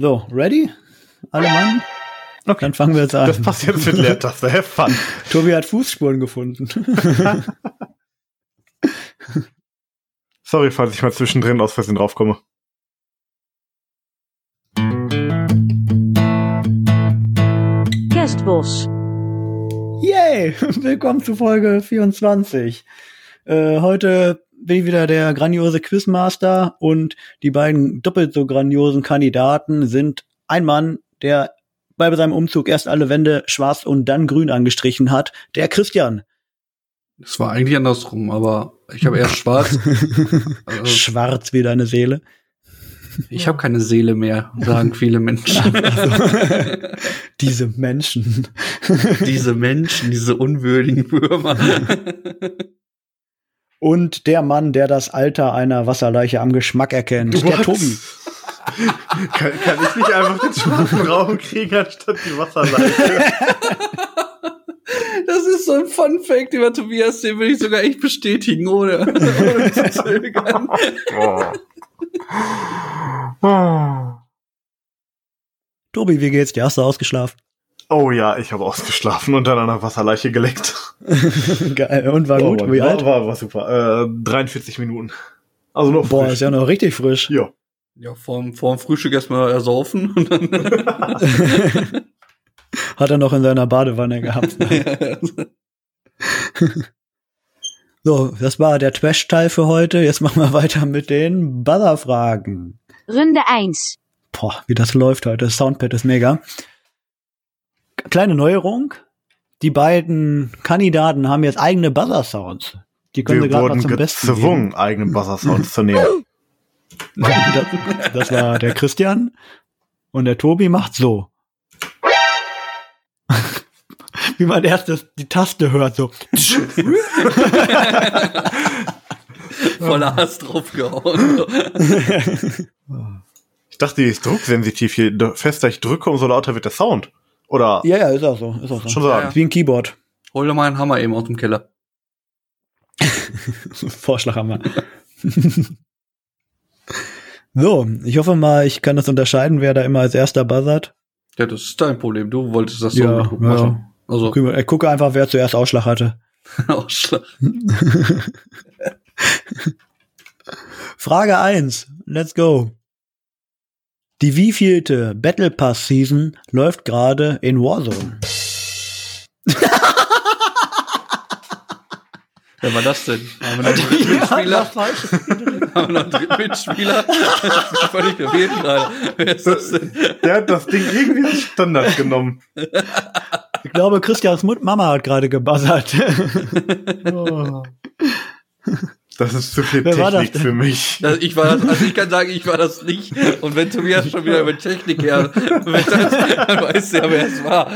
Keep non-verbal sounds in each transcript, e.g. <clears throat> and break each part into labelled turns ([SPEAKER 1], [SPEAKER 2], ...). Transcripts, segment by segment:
[SPEAKER 1] So, ready? Alle Mann? Okay. Dann fangen wir jetzt an.
[SPEAKER 2] Das passt jetzt mit Leertaste. Have fun.
[SPEAKER 1] Tobi hat Fußspuren gefunden. <laughs>
[SPEAKER 2] Sorry, falls ich mal zwischendrin aus Versehen draufkomme.
[SPEAKER 3] Kerstbos.
[SPEAKER 1] Yay! Willkommen zu Folge 24. Äh, heute bin ich wieder der grandiose Quizmaster und die beiden doppelt so grandiosen Kandidaten sind ein Mann, der bei seinem Umzug erst alle Wände schwarz und dann grün angestrichen hat, der Christian.
[SPEAKER 4] Es war eigentlich andersrum, aber ich habe erst <laughs> schwarz. also,
[SPEAKER 1] Schwarz wie deine Seele.
[SPEAKER 4] ich habe keine Seele mehr, sagen viele Menschen.
[SPEAKER 1] Also, <laughs> Diese Menschen.
[SPEAKER 4] <laughs> diese Menschen, diese unwürdigen Würmer.
[SPEAKER 1] Und der Mann, der das Alter einer Wasserleiche am Geschmack erkennt, der
[SPEAKER 2] What?
[SPEAKER 1] Tobi.
[SPEAKER 2] <laughs> Kann, kann ich nicht einfach den schwarzen Raum kriegen, anstatt die Wasserleiche?
[SPEAKER 4] Das ist so ein Fun Fact über Tobias, den will ich sogar echt bestätigen, ohne, ohne zu zögern.
[SPEAKER 2] Oh.
[SPEAKER 1] Tobi, wie geht's dir? Hast du
[SPEAKER 2] <laughs>
[SPEAKER 1] ausgeschlafen?
[SPEAKER 2] oh ja, ich habe ausgeschlafen und an einer Wasserleiche geleckt.
[SPEAKER 1] Geil. Und war gut?
[SPEAKER 2] oh,
[SPEAKER 1] wie
[SPEAKER 2] war,
[SPEAKER 1] alt?
[SPEAKER 2] War, war super. Äh, 43 Minuten. Also noch
[SPEAKER 1] Boah,
[SPEAKER 2] frisch.
[SPEAKER 1] ist ja noch richtig frisch.
[SPEAKER 2] ja.
[SPEAKER 4] Ja, vorm, vorm Frühstück erstmal ersaufen und dann.
[SPEAKER 1] Hat er noch in seiner Badewanne
[SPEAKER 2] <laughs>
[SPEAKER 1] gehabt. So, das war der Trash-Teil für heute. Jetzt machen wir weiter mit den Buzzer-Fragen.
[SPEAKER 3] Runde 1.
[SPEAKER 1] Boah, wie das läuft heute. Das Soundpad ist mega. Kleine Neuerung. Die beiden Kandidaten haben jetzt eigene Buzzer-Sounds. Die können sie
[SPEAKER 2] Wir
[SPEAKER 1] gerade mal
[SPEAKER 2] wurden
[SPEAKER 1] zum Besten
[SPEAKER 2] gezwungen, eigenen Wassersounds zu nehmen.
[SPEAKER 1] geben. Das, das war der Christian. Und der Tobi macht so. wie man erst das, die Taste hört, so.
[SPEAKER 4] Voller Hass draufgehauen.
[SPEAKER 2] Ich dachte, die ist drucksensitiv. Je d- fester ich drücke, umso lauter wird der Sound. Oder
[SPEAKER 1] Ja, ja, ist auch so. Ist auch
[SPEAKER 2] schon
[SPEAKER 1] so.
[SPEAKER 2] sagen.
[SPEAKER 1] Wie ein Keyboard. <laughs>
[SPEAKER 4] Hol dir mal einen Hammer eben aus dem Keller.
[SPEAKER 1] Vorschlag haben wir. <laughs> so, ich hoffe mal, ich kann das unterscheiden, wer da immer als erster buzzert.
[SPEAKER 4] Ja, das ist dein Problem. Du wolltest das
[SPEAKER 1] Ja,
[SPEAKER 4] so
[SPEAKER 1] ja.
[SPEAKER 4] machen. Also,
[SPEAKER 1] Guck mal, Ich gucke einfach, wer zuerst Ausschlag hatte.
[SPEAKER 4] <laughs> Ausschlag.
[SPEAKER 1] Frage 1. Let's go. Die wievielte Battle Pass Season läuft gerade in Warzone?
[SPEAKER 4] Wer war das denn? <laughs> Haben wir noch einen dritten
[SPEAKER 1] <laughs>
[SPEAKER 4] Mitspieler? Haben wir noch einen dritten Mitspieler? Das ist völlig verwirrt gerade. Wer ist das denn?
[SPEAKER 2] Der hat das Ding irgendwie als Standard genommen.
[SPEAKER 1] Ich glaube, Christians Mut Mama hat gerade gebuzzert.
[SPEAKER 2] Das ist zu viel
[SPEAKER 1] Wer war das
[SPEAKER 2] Technik
[SPEAKER 1] denn?
[SPEAKER 2] für mich.
[SPEAKER 4] Das, ich war das, also ich kann sagen, ich war das nicht. Und wenn Tobias schon wieder über Technik her, wettert, dann weiß er, wer es war.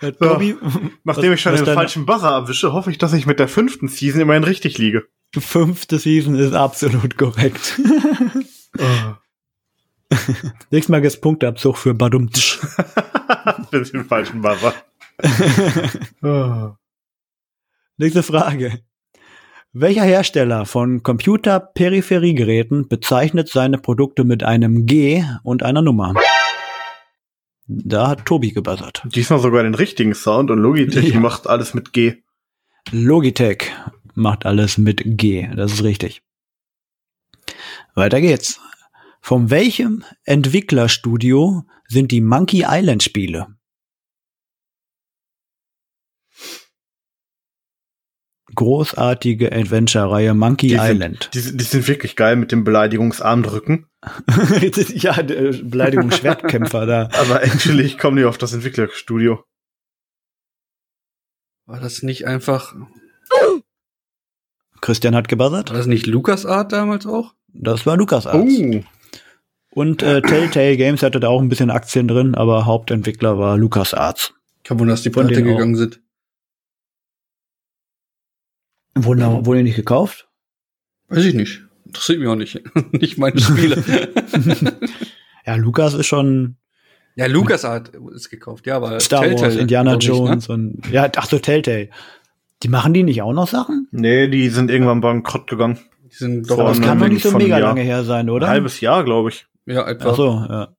[SPEAKER 1] Ja, Tobi,
[SPEAKER 2] Nachdem
[SPEAKER 1] Was-
[SPEAKER 2] ich schon
[SPEAKER 1] was
[SPEAKER 2] den
[SPEAKER 1] deine-
[SPEAKER 2] falschen Buzzer erwische, hoffe ich, dass ich mit der fünften Season immerhin richtig liege.
[SPEAKER 1] fünfte Season ist absolut korrekt. Oh.
[SPEAKER 2] <laughs>
[SPEAKER 1] Nächstes Mal gibt's Punktabzug für Badumtsch.
[SPEAKER 2] Mit dem falschen Buzzer. Ah.
[SPEAKER 1] Nächste Frage. Welcher Hersteller von Computer-Peripheriegeräten bezeichnet seine Produkte mit einem G und einer Nummer? Da hat Tobi gebuzzert.
[SPEAKER 2] Diesmal sogar den richtigen Sound und Logitech
[SPEAKER 1] Ja.
[SPEAKER 2] macht alles mit G.
[SPEAKER 1] Logitech macht alles mit G, das ist richtig. Weiter geht's. Von welchem Entwicklerstudio sind die Monkey Island Spiele? Großartige Adventure-Reihe Monkey
[SPEAKER 2] Die sind-
[SPEAKER 1] Island.
[SPEAKER 2] Die, die sind wirklich geil mit dem Beleidigungsarmdrücken.
[SPEAKER 1] <laughs> ja, der Beleidigung Schwertkämpfer da.
[SPEAKER 2] Aber <laughs> actually, ich komme nicht auf das Entwicklerstudio.
[SPEAKER 4] War das nicht einfach,
[SPEAKER 1] <laughs> Christian hat
[SPEAKER 4] war
[SPEAKER 1] gebuzzert.
[SPEAKER 4] das nicht Lukas Art damals auch?
[SPEAKER 1] Das war Lukas
[SPEAKER 2] Oh.
[SPEAKER 1] Und äh, Telltale Games hatte da auch ein bisschen Aktien drin, aber Hauptentwickler war Lukas Arts.
[SPEAKER 4] Kein Wunder, dass die
[SPEAKER 1] Von
[SPEAKER 4] Platte
[SPEAKER 1] denen auch.
[SPEAKER 4] gegangen sind.
[SPEAKER 1] Wurden, da- wurden die nicht gekauft?
[SPEAKER 4] Weiß ich nicht. Interessiert mich auch nicht. <laughs> nicht meine Spiele.
[SPEAKER 1] Ja, Lukas ist schon
[SPEAKER 4] ja, Lukas Art ist gekauft, ja, aber
[SPEAKER 1] Star Wars, Indiana
[SPEAKER 4] auch Äh, nicht, ne?
[SPEAKER 1] Jones und ja, ach so Telltale. Die machen die nicht auch noch Sachen?
[SPEAKER 2] Nee, die sind irgendwann bankrott gegangen. Die sind
[SPEAKER 1] Aber das
[SPEAKER 2] aus
[SPEAKER 1] kann doch
[SPEAKER 2] Norwegen
[SPEAKER 1] nicht so
[SPEAKER 2] ne, von
[SPEAKER 1] mega
[SPEAKER 2] Jahr-
[SPEAKER 1] lange her sein, oder?
[SPEAKER 2] Ein halbes Jahr, glaube ich.
[SPEAKER 4] Ja,
[SPEAKER 1] Ach
[SPEAKER 4] etwa.
[SPEAKER 1] so, ja.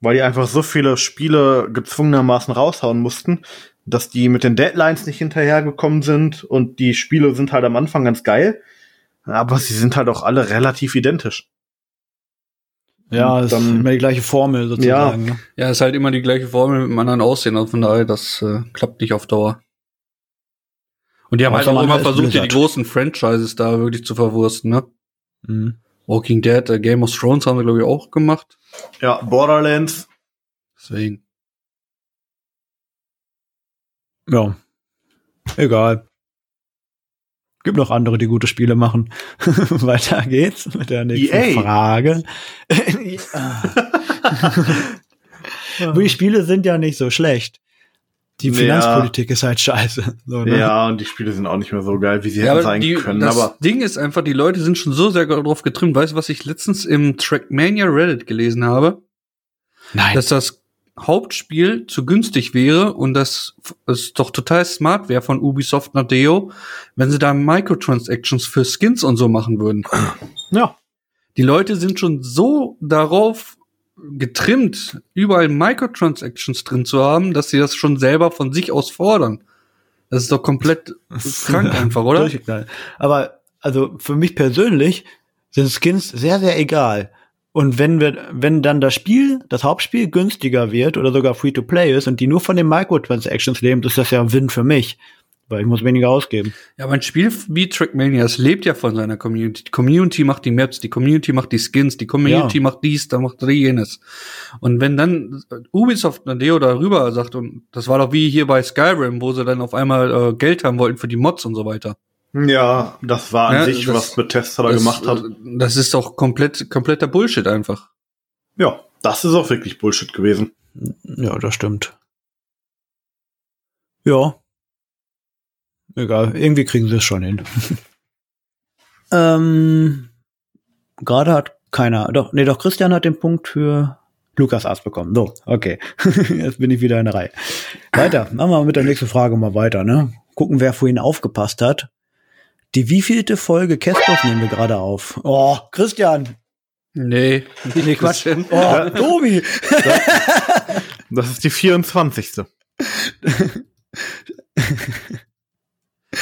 [SPEAKER 2] Weil die einfach so viele Spiele gezwungenermaßen raushauen mussten, dass die mit den Deadlines nicht hinterhergekommen sind und die Spiele sind halt am Anfang ganz geil. Aber sie sind halt auch alle relativ identisch.
[SPEAKER 1] Ja, es ist
[SPEAKER 2] dann-
[SPEAKER 1] immer die gleiche Formel sozusagen. ne?
[SPEAKER 4] Ja, ist halt immer die gleiche Formel mit einem anderen Aussehen. Also von daher, das äh, klappt nicht auf Dauer. Und die haben
[SPEAKER 1] Außer
[SPEAKER 4] halt auch
[SPEAKER 1] man
[SPEAKER 4] immer
[SPEAKER 1] ist
[SPEAKER 4] versucht, hier die
[SPEAKER 1] Blizzard.
[SPEAKER 4] großen Franchises da wirklich zu verwursten, ne?
[SPEAKER 1] Mhm.
[SPEAKER 4] Walking Dead, äh, Game of Thrones haben sie, glaube ich, auch gemacht.
[SPEAKER 2] Ja, Borderlands.
[SPEAKER 4] Deswegen.
[SPEAKER 1] Ja. Egal. Gibt noch andere, die gute Spiele machen. <laughs> Weiter geht's mit der nächsten
[SPEAKER 2] EA. <laughs>
[SPEAKER 1] Frage. Aber die Spiele sind ja nicht so schlecht. Die
[SPEAKER 2] Ja.
[SPEAKER 1] Finanzpolitik ist halt scheiße. So, ne?
[SPEAKER 2] Ja, und die Spiele sind auch nicht mehr so geil, wie sie
[SPEAKER 4] Ja,
[SPEAKER 2] hätten
[SPEAKER 4] aber
[SPEAKER 2] sein
[SPEAKER 4] die,
[SPEAKER 2] können.
[SPEAKER 4] das
[SPEAKER 2] Aber
[SPEAKER 4] Ding ist einfach, die Leute sind schon so sehr darauf getrimmt. Weißt du, was ich letztens im Trackmania Reddit gelesen habe?
[SPEAKER 1] Nein.
[SPEAKER 4] dass das Hauptspiel zu günstig wäre und dass es doch total smart wäre von Ubisoft nach Deo, wenn sie da Microtransactions für Skins und so machen würden.
[SPEAKER 1] ja.
[SPEAKER 4] Die Leute sind schon so darauf getrimmt, überall Microtransactions drin zu haben, dass sie das schon selber von sich aus fordern. Das ist doch komplett
[SPEAKER 1] <laughs>
[SPEAKER 4] krank einfach, oder?
[SPEAKER 1] Durchgeknallt. Aber also für mich persönlich sind Skins sehr, sehr egal. Und wenn wir, wenn dann das Spiel, das Hauptspiel günstiger wird oder sogar free to play ist und die nur von den Microtransactions leben, ist das ja ein Win für mich. Weil ich muss weniger ausgeben.
[SPEAKER 4] Ja, aber ein Spiel wie Trackmania, es lebt ja von seiner Community. Die Community macht die Maps, die Community macht die Skins, die Community
[SPEAKER 1] Ja.
[SPEAKER 4] macht dies, da macht die jenes. Und wenn dann Ubisoft Nadeo darüber sagt, und das war doch wie hier bei Skyrim, wo sie dann auf einmal äh, Geld haben wollten für die Mods und so weiter.
[SPEAKER 2] ja, das war an
[SPEAKER 4] Ja,
[SPEAKER 2] sich,
[SPEAKER 4] das-
[SPEAKER 2] was Bethesda da
[SPEAKER 4] das,
[SPEAKER 2] gemacht hat.
[SPEAKER 4] Das ist doch komplett, kompletter Bullshit einfach.
[SPEAKER 2] Ja, das ist auch wirklich Bullshit gewesen.
[SPEAKER 1] Ja, das stimmt. Ja. Egal, irgendwie kriegen sie es schon hin. <laughs> ähm, gerade hat keiner, doch, nee, doch, Christian hat den Punkt für Lukas Arzt bekommen. So, okay. <laughs> Jetzt bin ich wieder in der Reihe. Weiter, machen wir mit der nächsten Frage mal weiter, ne? Gucken, wer vorhin aufgepasst hat. Die wievielte Folge Kestos nehmen wir gerade auf? Oh, Christian!
[SPEAKER 4] Nee,
[SPEAKER 1] Nee,
[SPEAKER 2] <laughs>
[SPEAKER 1] Quatsch.
[SPEAKER 4] Christian.
[SPEAKER 1] Oh, <laughs> Tobi!
[SPEAKER 2] Das ist die 24.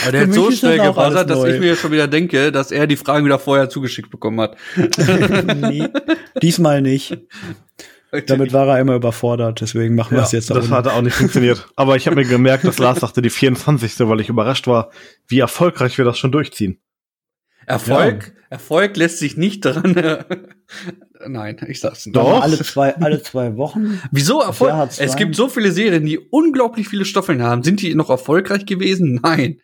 [SPEAKER 4] Aber der
[SPEAKER 1] Für
[SPEAKER 4] hat so
[SPEAKER 1] mich ist das
[SPEAKER 4] schnell
[SPEAKER 1] auch alles
[SPEAKER 4] gebuzzert, dass
[SPEAKER 1] neu.
[SPEAKER 4] ich mir schon wieder denke, dass er die Fragen wieder vorher zugeschickt bekommen hat.
[SPEAKER 1] nee, diesmal nicht. Damit war er immer überfordert, deswegen machen wir es jetzt
[SPEAKER 2] das
[SPEAKER 1] ohne.
[SPEAKER 2] hatte auch nicht funktioniert. <laughs> Aber ich habe mir gemerkt, dass Lars sagte die 24. weil ich überrascht war, wie erfolgreich wir das schon durchziehen.
[SPEAKER 4] Erfolg, Erfolg lässt sich nicht daran. Äh, <laughs> nein, ich sag's nicht.
[SPEAKER 2] Doch.
[SPEAKER 1] Alle zwei, alle zwei Wochen.
[SPEAKER 4] Wieso Erfolg?
[SPEAKER 1] Jahr hat zwei.
[SPEAKER 4] es gibt so viele Serien, die unglaublich viele Staffeln haben. Sind die noch erfolgreich gewesen? Nein.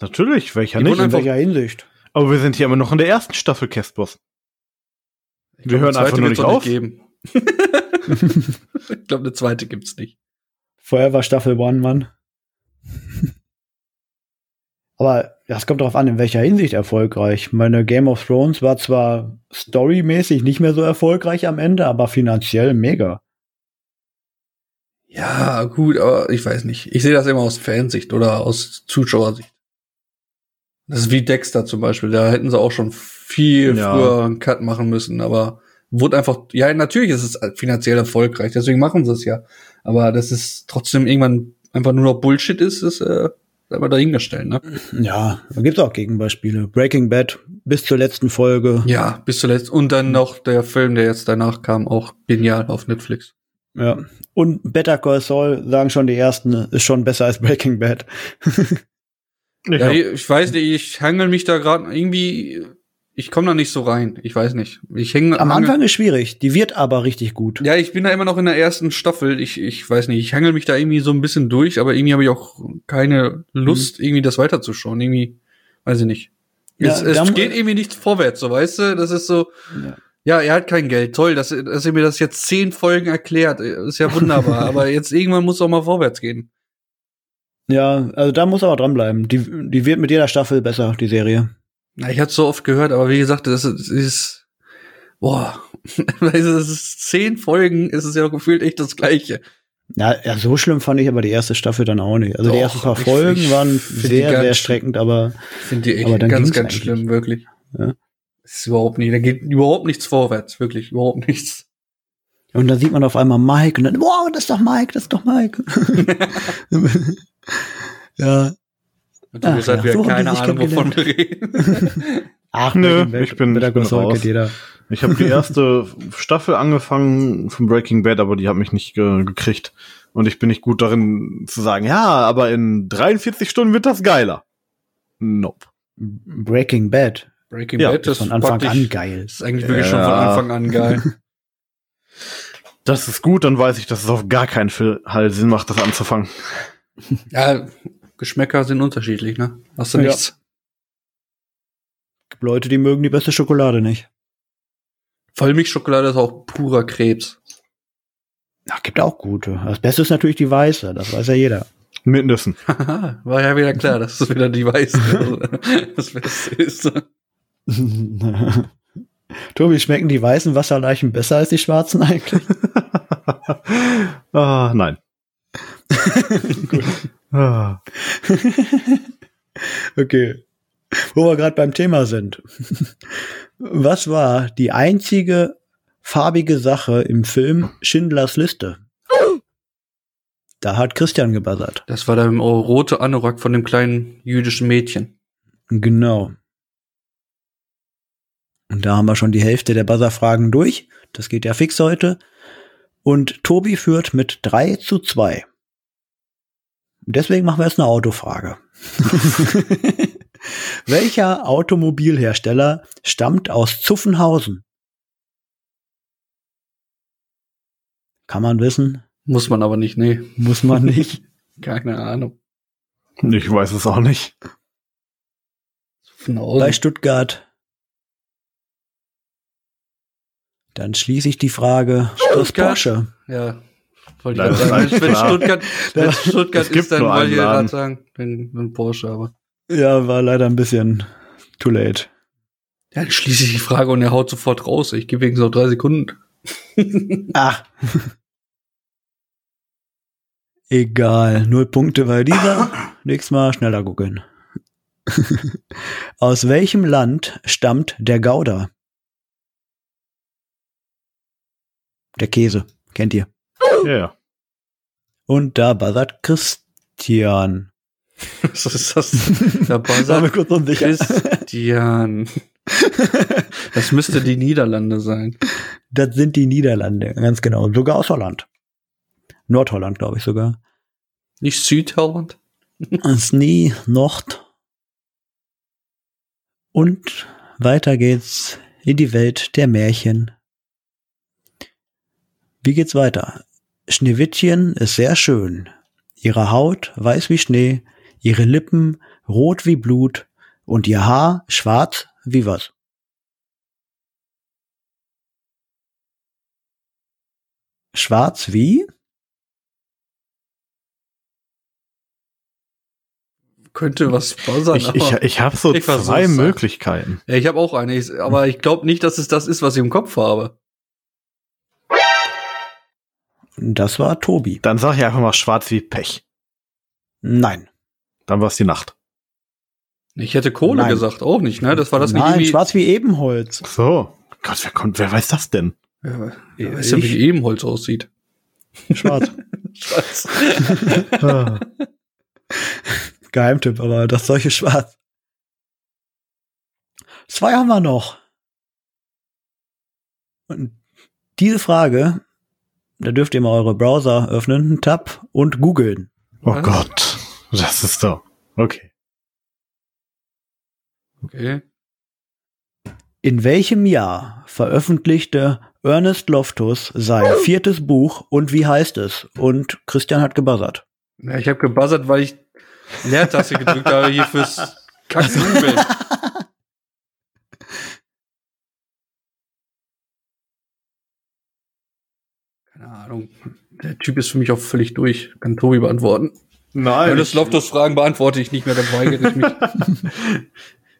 [SPEAKER 2] Natürlich, welcher
[SPEAKER 4] Die
[SPEAKER 2] nicht.
[SPEAKER 4] wurden
[SPEAKER 1] In
[SPEAKER 4] einfach-
[SPEAKER 1] welcher Hinsicht?
[SPEAKER 2] Aber wir sind hier immer noch in der ersten Staffel Castboss.
[SPEAKER 4] Ich
[SPEAKER 2] Wir hören
[SPEAKER 4] eine zweite
[SPEAKER 2] einfach nur
[SPEAKER 4] wird's
[SPEAKER 2] nicht
[SPEAKER 4] doch
[SPEAKER 2] auf.
[SPEAKER 4] geben. <laughs> ich glaube, eine zweite gibt's nicht.
[SPEAKER 1] Vorher war Staffel One, Mann. <laughs> Aber das kommt darauf an, in welcher Hinsicht erfolgreich. Meine Game of Thrones war zwar storymäßig nicht mehr so erfolgreich am Ende, aber finanziell mega.
[SPEAKER 4] Ja, gut, aber ich weiß nicht. Ich sehe das immer aus Fansicht oder aus Zuschauersicht. Das ist wie Dexter zum Beispiel. Da hätten sie auch schon viel
[SPEAKER 2] Ja.
[SPEAKER 4] früher einen Cut machen müssen, aber wurde einfach, ja, natürlich ist es finanziell erfolgreich, deswegen machen sie es ja. Aber dass es trotzdem irgendwann einfach nur noch Bullshit ist, ist äh, einfach dahingestellt, ne?
[SPEAKER 1] Ja, da gibt's auch Gegenbeispiele. Breaking Bad bis zur letzten Folge.
[SPEAKER 4] Ja, bis zuletzt. Und dann noch der Film, der jetzt danach kam, auch genial auf Netflix.
[SPEAKER 1] Ja. Und Better Call Saul sagen schon die ersten, ist schon besser als Breaking Bad.
[SPEAKER 2] Ich
[SPEAKER 4] Ja, eh.
[SPEAKER 2] hab-
[SPEAKER 4] ich weiß nicht, ich hangel mich da gerade irgendwie, ich komme da nicht so rein. Ich weiß nicht. Ich hänge
[SPEAKER 1] Am Anfang ist schwierig, die wird aber richtig gut.
[SPEAKER 4] Ja, ich bin da immer noch in der ersten Staffel. Ich, ich weiß nicht, ich hangel mich da irgendwie so ein bisschen durch, aber irgendwie habe ich auch keine Lust, irgendwie das weiterzuschauen. Irgendwie, weiß ich nicht.
[SPEAKER 1] Ja,
[SPEAKER 4] es es
[SPEAKER 1] dann-
[SPEAKER 4] geht irgendwie nicht vorwärts, so weißt du? Das ist so,
[SPEAKER 1] Ja.
[SPEAKER 4] ja, er hat kein Geld. Toll, dass, dass er mir das jetzt zehn Folgen erklärt. Ist ja wunderbar.
[SPEAKER 1] <laughs>
[SPEAKER 4] aber jetzt irgendwann muss auch mal vorwärts gehen.
[SPEAKER 1] Ja, also da muss er auch dranbleiben. Die, die wird mit jeder Staffel besser, die Serie.
[SPEAKER 4] Na, ich hab's so oft gehört, aber wie gesagt, das ist, das ist boah, <laughs> weißt du, das ist zehn Folgen, ist es ja gefühlt echt das Gleiche.
[SPEAKER 1] Ja, ja, so schlimm fand ich aber die erste Staffel dann auch nicht. Also die
[SPEAKER 4] Doch,
[SPEAKER 1] ersten paar
[SPEAKER 4] ich-
[SPEAKER 1] Folgen
[SPEAKER 4] ich
[SPEAKER 1] waren
[SPEAKER 4] find die
[SPEAKER 1] sehr,
[SPEAKER 4] ganz
[SPEAKER 1] sehr
[SPEAKER 4] schlimm.
[SPEAKER 1] streckend, aber
[SPEAKER 4] Finde ich
[SPEAKER 1] Aber
[SPEAKER 4] echt
[SPEAKER 1] dann
[SPEAKER 4] ganz,
[SPEAKER 1] ging's
[SPEAKER 4] ganz
[SPEAKER 1] eigentlich.
[SPEAKER 4] schlimm, wirklich.
[SPEAKER 1] Ja.
[SPEAKER 4] ist überhaupt nicht, da geht überhaupt nichts vorwärts, wirklich, überhaupt nichts.
[SPEAKER 1] Und dann sieht man auf einmal Mike und dann, wow, das ist doch Mike, das ist doch Mike. <laughs> ja.
[SPEAKER 4] Und du
[SPEAKER 1] Ach
[SPEAKER 4] gesagt,
[SPEAKER 1] ja,
[SPEAKER 4] wir
[SPEAKER 1] so haben die
[SPEAKER 4] haben keine
[SPEAKER 1] sich
[SPEAKER 4] Ahnung, wovon
[SPEAKER 1] <laughs>
[SPEAKER 4] wir reden.
[SPEAKER 1] Ach,
[SPEAKER 2] Nö,
[SPEAKER 1] mit dem
[SPEAKER 2] ich bin- ich
[SPEAKER 1] Pädagogik
[SPEAKER 2] bin raus.
[SPEAKER 1] kennt jeder.
[SPEAKER 2] Ich habe die erste Staffel angefangen von Breaking Bad, aber die hat mich nicht ge gekriegt. Und ich bin nicht gut darin zu sagen, ja, aber in 43 Stunden wird das geiler. Nope.
[SPEAKER 1] Breaking Bad.
[SPEAKER 4] Breaking
[SPEAKER 2] Ja,
[SPEAKER 4] Bad
[SPEAKER 1] Das
[SPEAKER 4] ist
[SPEAKER 1] von Anfang
[SPEAKER 4] praktisch-
[SPEAKER 1] an geil.
[SPEAKER 4] Ist eigentlich wirklich schon von
[SPEAKER 2] Ja.
[SPEAKER 4] Anfang
[SPEAKER 1] <laughs>
[SPEAKER 4] an geil.
[SPEAKER 2] Das ist gut, dann weiß ich, dass es auf gar keinen Fall Sinn macht, das anzufangen.
[SPEAKER 4] ja, Geschmäcker sind unterschiedlich, ne? Hast du
[SPEAKER 1] Ja.
[SPEAKER 4] nichts?
[SPEAKER 1] Gibt Leute, die mögen die beste Schokolade nicht.
[SPEAKER 4] Vollmilchschokolade ist auch purer Krebs.
[SPEAKER 1] Ach, gibt auch gute. Das Beste ist natürlich die weiße, das weiß ja jeder.
[SPEAKER 2] Mit Nüssen.
[SPEAKER 4] Haha, <laughs> war ja wieder klar, dass es wieder die <laughs> weiße das Beste ist.
[SPEAKER 1] <laughs> Tobi, schmecken die weißen Wasserleichen besser als die schwarzen eigentlich?
[SPEAKER 2] ah, nein. Ah.
[SPEAKER 1] Okay. Wo wir gerade beim Thema sind. Was war die einzige farbige Sache im Film Schindlers Liste? Da hat Christian gebuzzert.
[SPEAKER 4] Das war der rote Anorak von dem kleinen jüdischen Mädchen.
[SPEAKER 1] Genau. Und da haben wir schon die Hälfte der Buzzer-Fragen durch. Das geht ja fix heute. Und Tobi führt mit 3 zu 2. Deswegen machen wir jetzt eine <laughs> Autofrage. Welcher Automobilhersteller stammt aus Zuffenhausen? Kann man wissen,
[SPEAKER 4] Muss man aber nicht, nee.
[SPEAKER 1] muss man nicht.
[SPEAKER 4] Keine Ahnung.
[SPEAKER 2] Ich weiß es auch nicht.
[SPEAKER 4] Von
[SPEAKER 1] bei
[SPEAKER 4] außen.
[SPEAKER 1] Stuttgart. Dann schließe ich die Frage. Stuttgart?
[SPEAKER 4] Stuttgart?
[SPEAKER 1] Porsche.
[SPEAKER 4] Ja. Wollte
[SPEAKER 2] Das
[SPEAKER 4] ich
[SPEAKER 2] ist
[SPEAKER 4] gerade sagen.
[SPEAKER 2] eigentlich
[SPEAKER 4] Wenn
[SPEAKER 2] klar.
[SPEAKER 4] Stuttgart, wenn
[SPEAKER 1] Das-
[SPEAKER 4] Stuttgart
[SPEAKER 2] es gibt
[SPEAKER 4] ist, dann
[SPEAKER 2] nur
[SPEAKER 4] wollte
[SPEAKER 2] einen
[SPEAKER 4] ich gerade
[SPEAKER 2] Laden.
[SPEAKER 4] sagen, wenn, wenn Porsche, aber.
[SPEAKER 1] Ja, war leider ein bisschen too late.
[SPEAKER 4] Ja, dann schließe ich die Frage und er haut sofort raus. Ich gebe wenigstens noch drei <laughs> Sekunden.
[SPEAKER 1] Ach. <laughs> Egal, null Punkte bei dieser. Nächstes Mal schneller googeln. <laughs> Aus welchem Land stammt der Gouda? Der Käse, kennt ihr.
[SPEAKER 2] Ja, ja.
[SPEAKER 1] Und da buzzert Christian.
[SPEAKER 4] Was ist das? Der
[SPEAKER 1] War mir
[SPEAKER 4] Buzzer
[SPEAKER 1] kurz unsicher.
[SPEAKER 4] <laughs> Christian. Das müsste die Niederlande sein.
[SPEAKER 1] Das sind die Niederlande, ganz genau. Und sogar aus Holland. Nordholland, glaube ich sogar.
[SPEAKER 4] Nicht Südholland?
[SPEAKER 1] Snee, Nord. Und weiter geht's in die Welt der Märchen. Wie geht's weiter? Schneewittchen ist sehr schön. Ihre Haut weiß wie Schnee, ihre Lippen rot wie Blut und ihr Haar schwarz wie was. Schwarz wie?
[SPEAKER 4] Könnte was buzzern,
[SPEAKER 2] Ich, ich,
[SPEAKER 4] aber-
[SPEAKER 2] ich habe so
[SPEAKER 4] Ich versuch's
[SPEAKER 2] zwei
[SPEAKER 4] halt.
[SPEAKER 2] Möglichkeiten.
[SPEAKER 4] <laughs> Ja, ich habe auch eine, ich, aber ich glaube nicht, dass es das ist, was ich im Kopf habe.
[SPEAKER 1] Das war Tobi.
[SPEAKER 2] Dann sag ich einfach mal schwarz wie Pech.
[SPEAKER 1] Nein.
[SPEAKER 2] Dann war es die Nacht.
[SPEAKER 4] Ich hätte Kohle
[SPEAKER 1] Nein.
[SPEAKER 4] gesagt, auch nicht, ne? Das war das
[SPEAKER 1] Nein,
[SPEAKER 4] nicht
[SPEAKER 1] schwarz wie Ebenholz.
[SPEAKER 2] So. Gott, wer kommt, wer weiß das denn?
[SPEAKER 4] irgendwie.
[SPEAKER 1] Ja,
[SPEAKER 4] Ja, ich weiß ja,
[SPEAKER 1] ich-
[SPEAKER 4] wie Ebenholz aussieht.
[SPEAKER 1] <laughs> Schwarz.
[SPEAKER 4] Schwarz.
[SPEAKER 2] Ah.
[SPEAKER 1] Geheimtipp, aber das solche Schwarz. Zwei haben wir noch. Und diese Frage, da dürft ihr mal eure Browser öffnen, Tab und googeln.
[SPEAKER 2] Oh
[SPEAKER 4] Was?
[SPEAKER 2] Gott, das ist doch. Okay.
[SPEAKER 4] Okay.
[SPEAKER 1] In welchem Jahr veröffentlichte Ernest Loftus sein viertes Buch und wie heißt es? Und Christian hat gebuzzert.
[SPEAKER 4] Ja, ich habe gebuzzert, weil ich Leertaste gedrückt habe hier fürs Kacknubeln. Keine Ahnung. Der Typ ist für mich auch völlig durch. Kann Tobi beantworten.
[SPEAKER 2] Nein.
[SPEAKER 4] Alles Loftus-Fragen beantworte ich nicht mehr, dann weigere ich mich.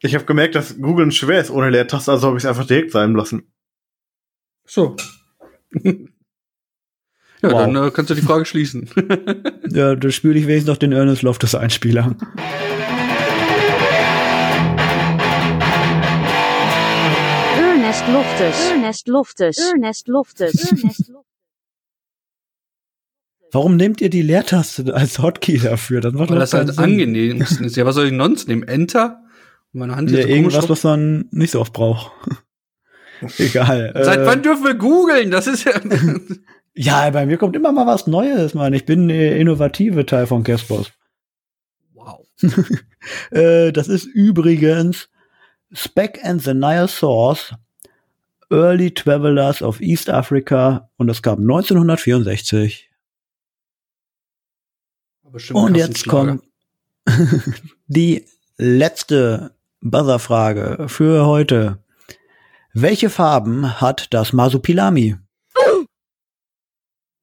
[SPEAKER 2] ich habe gemerkt, dass Googeln schwer ist ohne Leertaste, also habe ich es einfach direkt sein lassen.
[SPEAKER 4] <laughs> So. Ja,
[SPEAKER 1] Wow.
[SPEAKER 4] dann äh, kannst du die
[SPEAKER 1] <laughs>
[SPEAKER 4] Frage schließen.
[SPEAKER 1] Ja, da spüle ich wenigstens noch den Ernest Loftus Einspieler.
[SPEAKER 3] Ernest Luftes. Ernest Luftes. Ernest Luftes. Ernest Luftes.
[SPEAKER 1] Warum nehmt ihr die Leertaste als Hotkey dafür? Das macht
[SPEAKER 4] Weil
[SPEAKER 1] doch
[SPEAKER 4] das
[SPEAKER 1] keinen
[SPEAKER 4] halt
[SPEAKER 1] Sinn.
[SPEAKER 4] angenehm ist. Ja, was soll ich sonst nehmen? Enter? Und meine Hand
[SPEAKER 1] Ja,
[SPEAKER 4] so komisch
[SPEAKER 1] irgendwas,
[SPEAKER 4] drauf.
[SPEAKER 1] was man nicht so oft braucht. <laughs> Egal.
[SPEAKER 4] Seit
[SPEAKER 1] äh,
[SPEAKER 4] wann dürfen wir googeln? Das ist ja. <laughs>
[SPEAKER 1] Ja, bei mir kommt immer mal was Neues, Mann. Ich bin der innovative Teil von Castbox.
[SPEAKER 4] wow.
[SPEAKER 1] Äh, das ist übrigens Speck and the Nile Source, Early Travelers of East Africa und das kam 1964.
[SPEAKER 4] Bestimmt
[SPEAKER 1] Und
[SPEAKER 4] krassen
[SPEAKER 1] jetzt
[SPEAKER 4] Schlager.
[SPEAKER 1] kommt <laughs> die letzte Buzzer-Frage für heute. Welche Farben hat das Masupilami?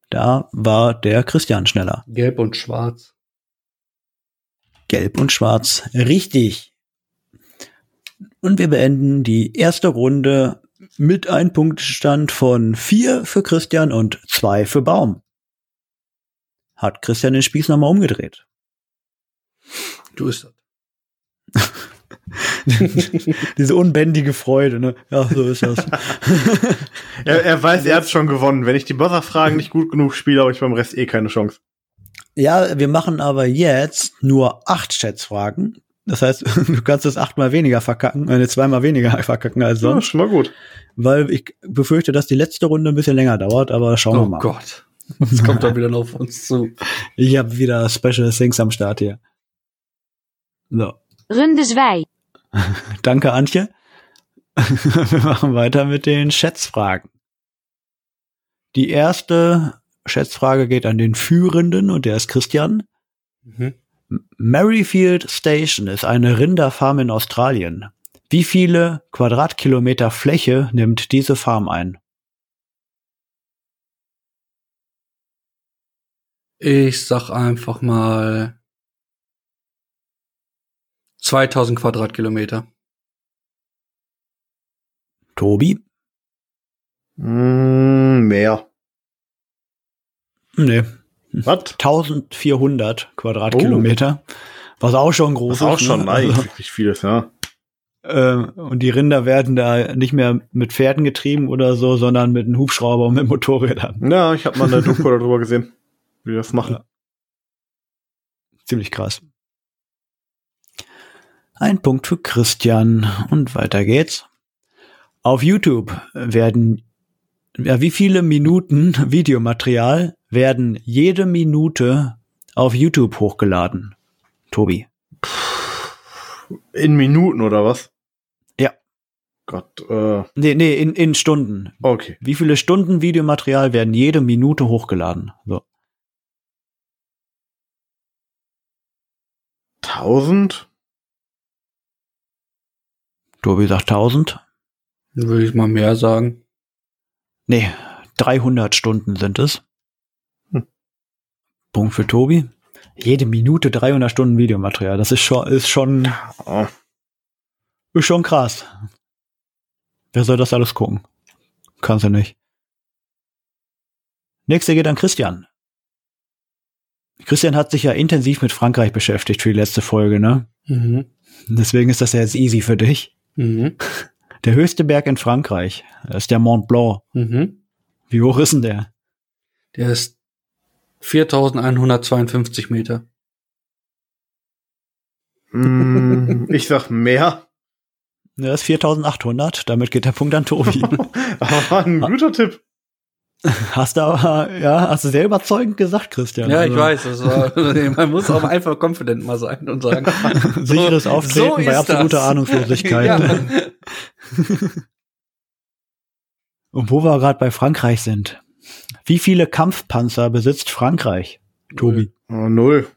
[SPEAKER 1] Da war der Christian schneller.
[SPEAKER 4] Gelb und Schwarz.
[SPEAKER 1] Gelb und Schwarz. Richtig. Und wir beenden die erste Runde mit einem Punktstand von vier für Christian und zwei für Baum. Hat Christian den Spieß nochmal umgedreht.
[SPEAKER 4] Du ist das.
[SPEAKER 1] <laughs> Diese unbändige Freude, ne? Ja, so ist das.
[SPEAKER 2] Er, er weiß, er hat schon gewonnen. Wenn ich die Buzzer-Fragen nicht gut genug spiele, habe ich beim Rest eh keine Chance.
[SPEAKER 1] <laughs> ja, wir machen aber jetzt nur acht Schätzfragen. Das heißt, <laughs> du kannst es achtmal weniger verkacken, eine zweimal weniger <laughs> verkacken als
[SPEAKER 2] Ja,
[SPEAKER 1] sonst,
[SPEAKER 2] schon mal gut.
[SPEAKER 1] weil ich befürchte, dass die letzte Runde ein bisschen länger dauert, aber schauen wir
[SPEAKER 4] Oh
[SPEAKER 1] mal. <laughs>
[SPEAKER 4] Gott. Das kommt doch wieder noch auf uns zu.
[SPEAKER 1] Ich habe wieder Special Things am Start hier. So,
[SPEAKER 3] Rundezwij.
[SPEAKER 1] danke Antje. <laughs> Wir machen weiter mit den Schätzfragen. Die erste Schätzfrage geht an den Führenden und der ist Christian.
[SPEAKER 4] Mhm.
[SPEAKER 1] M- Merrifield Station ist eine Rinderfarm in Australien. Wie viele Quadratkilometer Fläche nimmt diese Farm ein?
[SPEAKER 4] Ich sag einfach mal 2000 Quadratkilometer.
[SPEAKER 1] Tobi?
[SPEAKER 2] Mm, mehr.
[SPEAKER 1] Nee,
[SPEAKER 2] Was?
[SPEAKER 1] 1400 Quadratkilometer. Was auch schon groß
[SPEAKER 2] Das ist auch schon
[SPEAKER 1] ne?
[SPEAKER 2] eigentlich wirklich vieles, ja.
[SPEAKER 1] Ähm, und die Rinder werden da nicht mehr mit Pferden getrieben oder so, sondern mit einem Hubschrauber und mit Motorrädern.
[SPEAKER 2] Ja, ich habe mal eine Doku <laughs> darüber gesehen, wie die das machen.
[SPEAKER 1] <laughs> Ziemlich krass. Ein Punkt für Christian. Und weiter geht's. Auf YouTube werden, ja, wie viele Minuten Videomaterial werden jede Minute auf YouTube hochgeladen? Tobi.
[SPEAKER 2] In Minuten oder was?
[SPEAKER 1] Ja.
[SPEAKER 2] Gott, äh,
[SPEAKER 1] Nee, nee, in, in Stunden.
[SPEAKER 2] okay.
[SPEAKER 1] Wie viele Stunden Videomaterial werden jede Minute hochgeladen? So.
[SPEAKER 2] 1000?
[SPEAKER 1] Tobi sagt 1000.
[SPEAKER 4] Dann Würde ich mal mehr sagen.
[SPEAKER 1] Nee, 300 Stunden sind es.
[SPEAKER 2] Hm.
[SPEAKER 1] Punkt für Tobi. Jede Minute 300 Stunden Videomaterial. Das ist schon, ist schon,
[SPEAKER 2] Oh,
[SPEAKER 1] ist schon krass. Wer soll das alles gucken? Kannst du nicht. Nächster geht an Christian. Christian hat sich ja intensiv mit Frankreich beschäftigt für die letzte Folge, ne?
[SPEAKER 4] Mhm.
[SPEAKER 1] Deswegen ist das ja jetzt easy für dich.
[SPEAKER 4] Mhm.
[SPEAKER 1] Der höchste Berg in Frankreich ist der Mont Blanc.
[SPEAKER 4] Mhm.
[SPEAKER 1] Wie hoch ist denn der?
[SPEAKER 4] Der ist 4152 Meter.
[SPEAKER 2] <laughs> mm, ich sag mehr.
[SPEAKER 1] Ja, Ne, Das ist 4800, damit geht der Punkt an Tobi.
[SPEAKER 4] <laughs>
[SPEAKER 2] Aber ein guter Tipp.
[SPEAKER 1] hast du aber, ja, hast du sehr überzeugend gesagt, Christian.
[SPEAKER 4] Ja, ich
[SPEAKER 1] Also,
[SPEAKER 4] weiß. Das <laughs> war, man muss auch einfach confident mal sein und sagen.
[SPEAKER 1] Sicheres
[SPEAKER 4] so-
[SPEAKER 1] Auftreten
[SPEAKER 4] so
[SPEAKER 1] bei
[SPEAKER 4] ist
[SPEAKER 1] absoluter
[SPEAKER 4] das.
[SPEAKER 1] Ahnungslosigkeit.
[SPEAKER 4] <laughs> Ja.
[SPEAKER 1] Und wo wir gerade bei Frankreich sind. Wie viele Kampfpanzer besitzt Frankreich? Tobi.
[SPEAKER 2] Oh, null.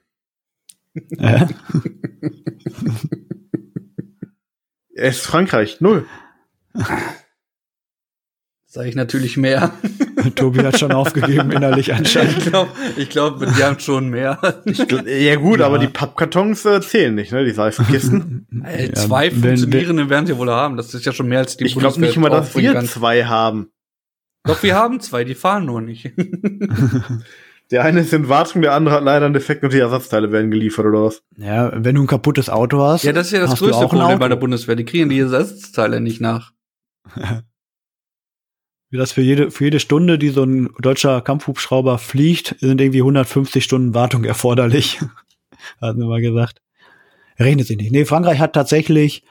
[SPEAKER 1] Äh?
[SPEAKER 2] Es ist Frankreich, null.
[SPEAKER 4] Sag ich natürlich mehr.
[SPEAKER 1] Äh, Tobi hat schon aufgegeben, innerlich
[SPEAKER 4] Ich
[SPEAKER 1] anscheinend.
[SPEAKER 4] glaube, ich glaub, die haben schon mehr.
[SPEAKER 2] Ich, gl- ja gut,
[SPEAKER 1] Ja.
[SPEAKER 2] aber die Pappkartons äh, zählen nicht, ne? Die <laughs> Seifenkisten.
[SPEAKER 4] Ey,
[SPEAKER 1] Ja,
[SPEAKER 4] Äh, zwei
[SPEAKER 1] wenn- wenn-
[SPEAKER 4] funktionierende werden sie wohl haben. Das ist ja schon mehr als die
[SPEAKER 2] ich glaube
[SPEAKER 4] Bundeswehr
[SPEAKER 2] nicht mal, dass
[SPEAKER 4] aufbringen
[SPEAKER 2] wir
[SPEAKER 4] kann.
[SPEAKER 2] zwei haben.
[SPEAKER 4] Doch, wir haben zwei, die fahren
[SPEAKER 1] <laughs>
[SPEAKER 4] nur nicht.
[SPEAKER 2] Der eine ist in Wartung, der andere hat leider einen Defekt und die Ersatzteile werden geliefert oder was?
[SPEAKER 1] Ja, wenn du ein kaputtes Auto hast.
[SPEAKER 4] ja, das ist ja das
[SPEAKER 1] hast du
[SPEAKER 4] größte
[SPEAKER 1] auch ein
[SPEAKER 4] Problem
[SPEAKER 1] Auto?
[SPEAKER 4] bei der Bundeswehr. Die kriegen die Ersatzteile nicht nach.
[SPEAKER 1] Das für jede, für jede Stunde, die so ein deutscher Kampfhubschrauber fliegt, sind irgendwie 150 Stunden Wartung erforderlich. <laughs> Hatten wir mal gesagt. Rechnet sich nicht. Nee, Frankreich hat tatsächlich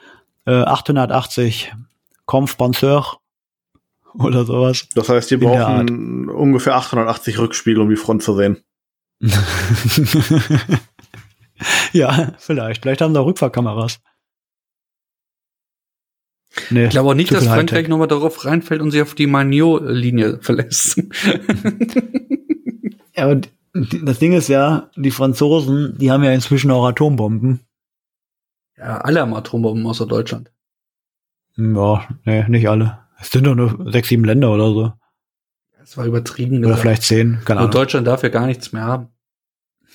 [SPEAKER 1] äh, 880 Kampfpanzer oder sowas. <laughs>
[SPEAKER 2] Das heißt, die
[SPEAKER 1] In der Art.
[SPEAKER 2] brauchen ungefähr 880 Rückspiegel, um die Front zu sehen.
[SPEAKER 1] ja, vielleicht. Vielleicht haben da Rückfahrkameras. Nee,
[SPEAKER 4] Ich glaube auch nicht,
[SPEAKER 1] zu
[SPEAKER 4] dass
[SPEAKER 1] viel
[SPEAKER 4] Frankreich
[SPEAKER 1] Hightech.
[SPEAKER 4] nochmal darauf reinfällt und sich auf die Magnot-Linie
[SPEAKER 1] <laughs>
[SPEAKER 4] verlässt.
[SPEAKER 1] Ja, aber d- das Ding ist ja, die Franzosen, die haben ja inzwischen auch Atombomben.
[SPEAKER 4] ja, alle haben Atombomben außer Deutschland.
[SPEAKER 1] Ja, nee, nicht alle. Es sind doch nur sechs, sieben Länder oder so.
[SPEAKER 4] Das war übertrieben.
[SPEAKER 1] Oder
[SPEAKER 4] gesagt.
[SPEAKER 1] vielleicht zehn, keine
[SPEAKER 4] Und
[SPEAKER 1] Ahnung.
[SPEAKER 4] Deutschland darf ja gar nichts mehr haben.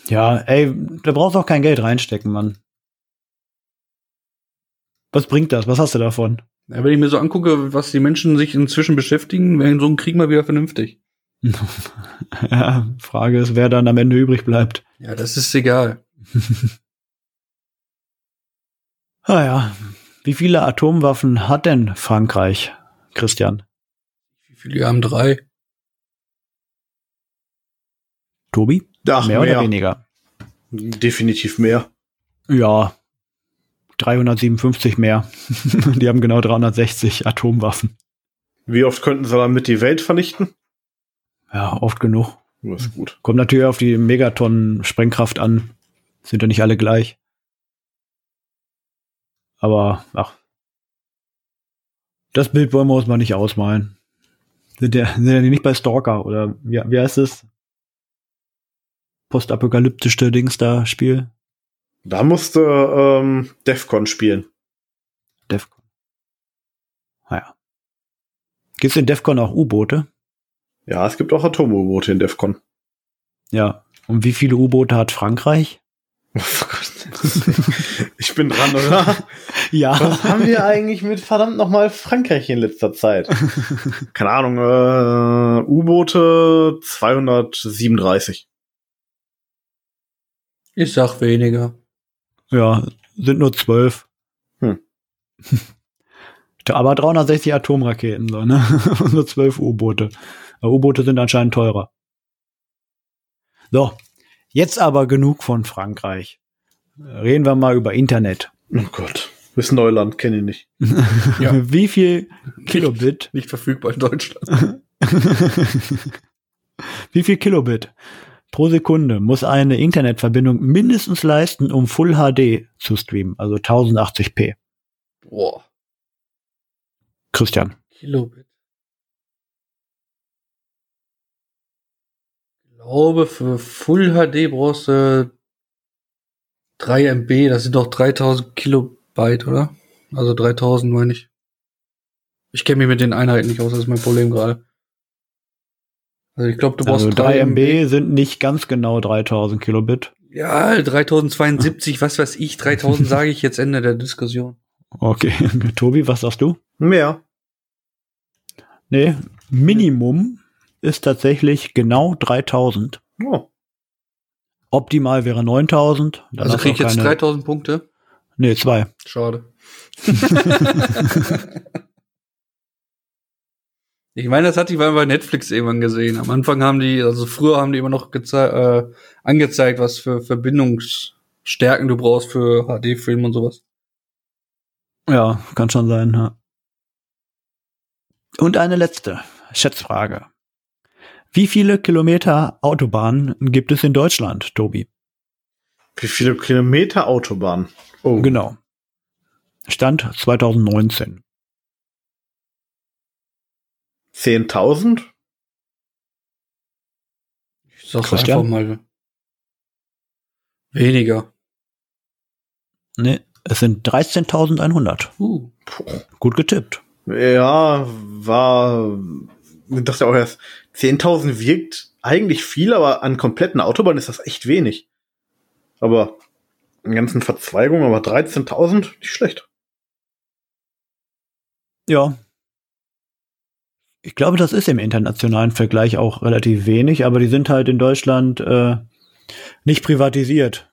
[SPEAKER 1] Ja, ey, da brauchst du auch kein Geld reinstecken, Mann. Was bringt das? Was hast du davon? <laughs>
[SPEAKER 4] Ja, wenn ich mir so angucke, was die Menschen sich inzwischen beschäftigen, wäre so ein Krieg mal wieder vernünftig.
[SPEAKER 1] ja, Frage ist, wer dann am Ende übrig bleibt.
[SPEAKER 4] Ja, das ist egal.
[SPEAKER 1] Ah ja. Wie viele Atomwaffen hat denn Frankreich, Christian?
[SPEAKER 4] Wie viele haben drei?
[SPEAKER 1] Tobi?
[SPEAKER 2] Ach,
[SPEAKER 1] mehr, oder weniger?
[SPEAKER 2] Definitiv mehr.
[SPEAKER 1] Ja. 357 mehr. <laughs> Die haben genau 360 Atomwaffen.
[SPEAKER 2] Wie oft könnten sie damit die Welt vernichten?
[SPEAKER 1] Ja, oft genug.
[SPEAKER 2] Das ist gut.
[SPEAKER 1] Kommt natürlich auf die Megatonnen-Sprengkraft an. Sind ja nicht alle gleich. Aber, ach. Das Bild wollen wir uns mal nicht ausmalen. Sind ja, sind ja nicht bei Stalker oder wie, wie heißt es? Postapokalyptische Dings da Spiel.
[SPEAKER 2] Da musste ähm, Defcon spielen.
[SPEAKER 1] Defcon. Naja. Gibt's in Defcon auch U-Boote?
[SPEAKER 2] Ja, es gibt auch Atom-U-Boote in Defcon. <laughs>
[SPEAKER 1] Ja. Und wie viele U-Boote hat Frankreich?
[SPEAKER 2] Oh <laughs> ich bin dran, oder?
[SPEAKER 1] Ja.
[SPEAKER 2] <laughs> Was haben wir eigentlich mit verdammt nochmal Frankreich in letzter Zeit? <laughs> Keine Ahnung, äh, U-Boote 237.
[SPEAKER 4] Ich sag weniger.
[SPEAKER 1] Ja, sind nur zwölf.
[SPEAKER 2] Hm.
[SPEAKER 1] <laughs> Aber 360 Atomraketen, so, ne? <laughs> Und nur zwölf U-Boote. Aber U-Boote sind anscheinend teurer. So, jetzt aber genug von Frankreich. Reden wir mal über Internet.
[SPEAKER 2] Oh Gott. Ist Neuland, kenne ich nicht.
[SPEAKER 4] Ja.
[SPEAKER 1] <laughs> Wie viel
[SPEAKER 4] <laughs>
[SPEAKER 1] Kilobit?
[SPEAKER 4] Nicht verfügbar in Deutschland.
[SPEAKER 1] Wie viel Kilobit pro Sekunde muss eine Internetverbindung mindestens leisten, um Full HD zu streamen, also 1080p?
[SPEAKER 4] Boah.
[SPEAKER 1] Christian.
[SPEAKER 4] Kilobit. Ich glaube, für Full HD brauchst du 3 MB, das sind doch 3000 Kilobyte, oder? Also 3000 meine ich. Ich kenne mich mit den Einheiten nicht aus, das ist mein Problem gerade. Also ich glaube, du brauchst
[SPEAKER 1] Also 3
[SPEAKER 4] MB.
[SPEAKER 1] MB sind nicht ganz genau 3000 Kilobit. <laughs>
[SPEAKER 4] Ja, 3072, was weiß ich, 3000 sage ich jetzt Ende der Diskussion.
[SPEAKER 1] Okay. <laughs> Tobi, was sagst du?
[SPEAKER 2] Mehr.
[SPEAKER 1] Nee, Minimum ist tatsächlich genau 3000.
[SPEAKER 2] Oh.
[SPEAKER 1] Optimal wäre 9000. Dann
[SPEAKER 4] also
[SPEAKER 1] hast du
[SPEAKER 4] krieg ich
[SPEAKER 1] auch
[SPEAKER 4] jetzt
[SPEAKER 1] keine-
[SPEAKER 4] 3000 Punkte.
[SPEAKER 1] Nee, zwei.
[SPEAKER 4] Schade. <laughs> ich meine, das hatte ich bei Netflix irgendwann gesehen. Am Anfang haben die, also früher haben die immer noch gezei- äh, angezeigt, was für Verbindungsstärken du brauchst für HD-Filme und sowas.
[SPEAKER 1] Ja, kann schon sein. Ja. Und eine letzte Schätzfrage. Wie viele Kilometer Autobahnen gibt es in Deutschland, Tobi?
[SPEAKER 2] Wie viele Kilometer Autobahn? Oh.
[SPEAKER 1] Genau. Stand 2019.
[SPEAKER 2] 10.000?
[SPEAKER 4] Ich sag's
[SPEAKER 1] Christian?
[SPEAKER 4] einfach mal. Weniger.
[SPEAKER 1] Nee, es sind 13.100.
[SPEAKER 4] Uh.
[SPEAKER 1] Gut getippt.
[SPEAKER 2] Ja, war. Ich dachte auch erst, 10.000 wirkt eigentlich viel, aber an kompletten Autobahnen ist das echt wenig. Aber in ganzen Verzweigungen, aber 13.000, nicht schlecht.
[SPEAKER 1] Ja. Ich glaube, das ist im internationalen Vergleich auch relativ wenig, aber die sind halt in Deutschland äh, nicht privatisiert.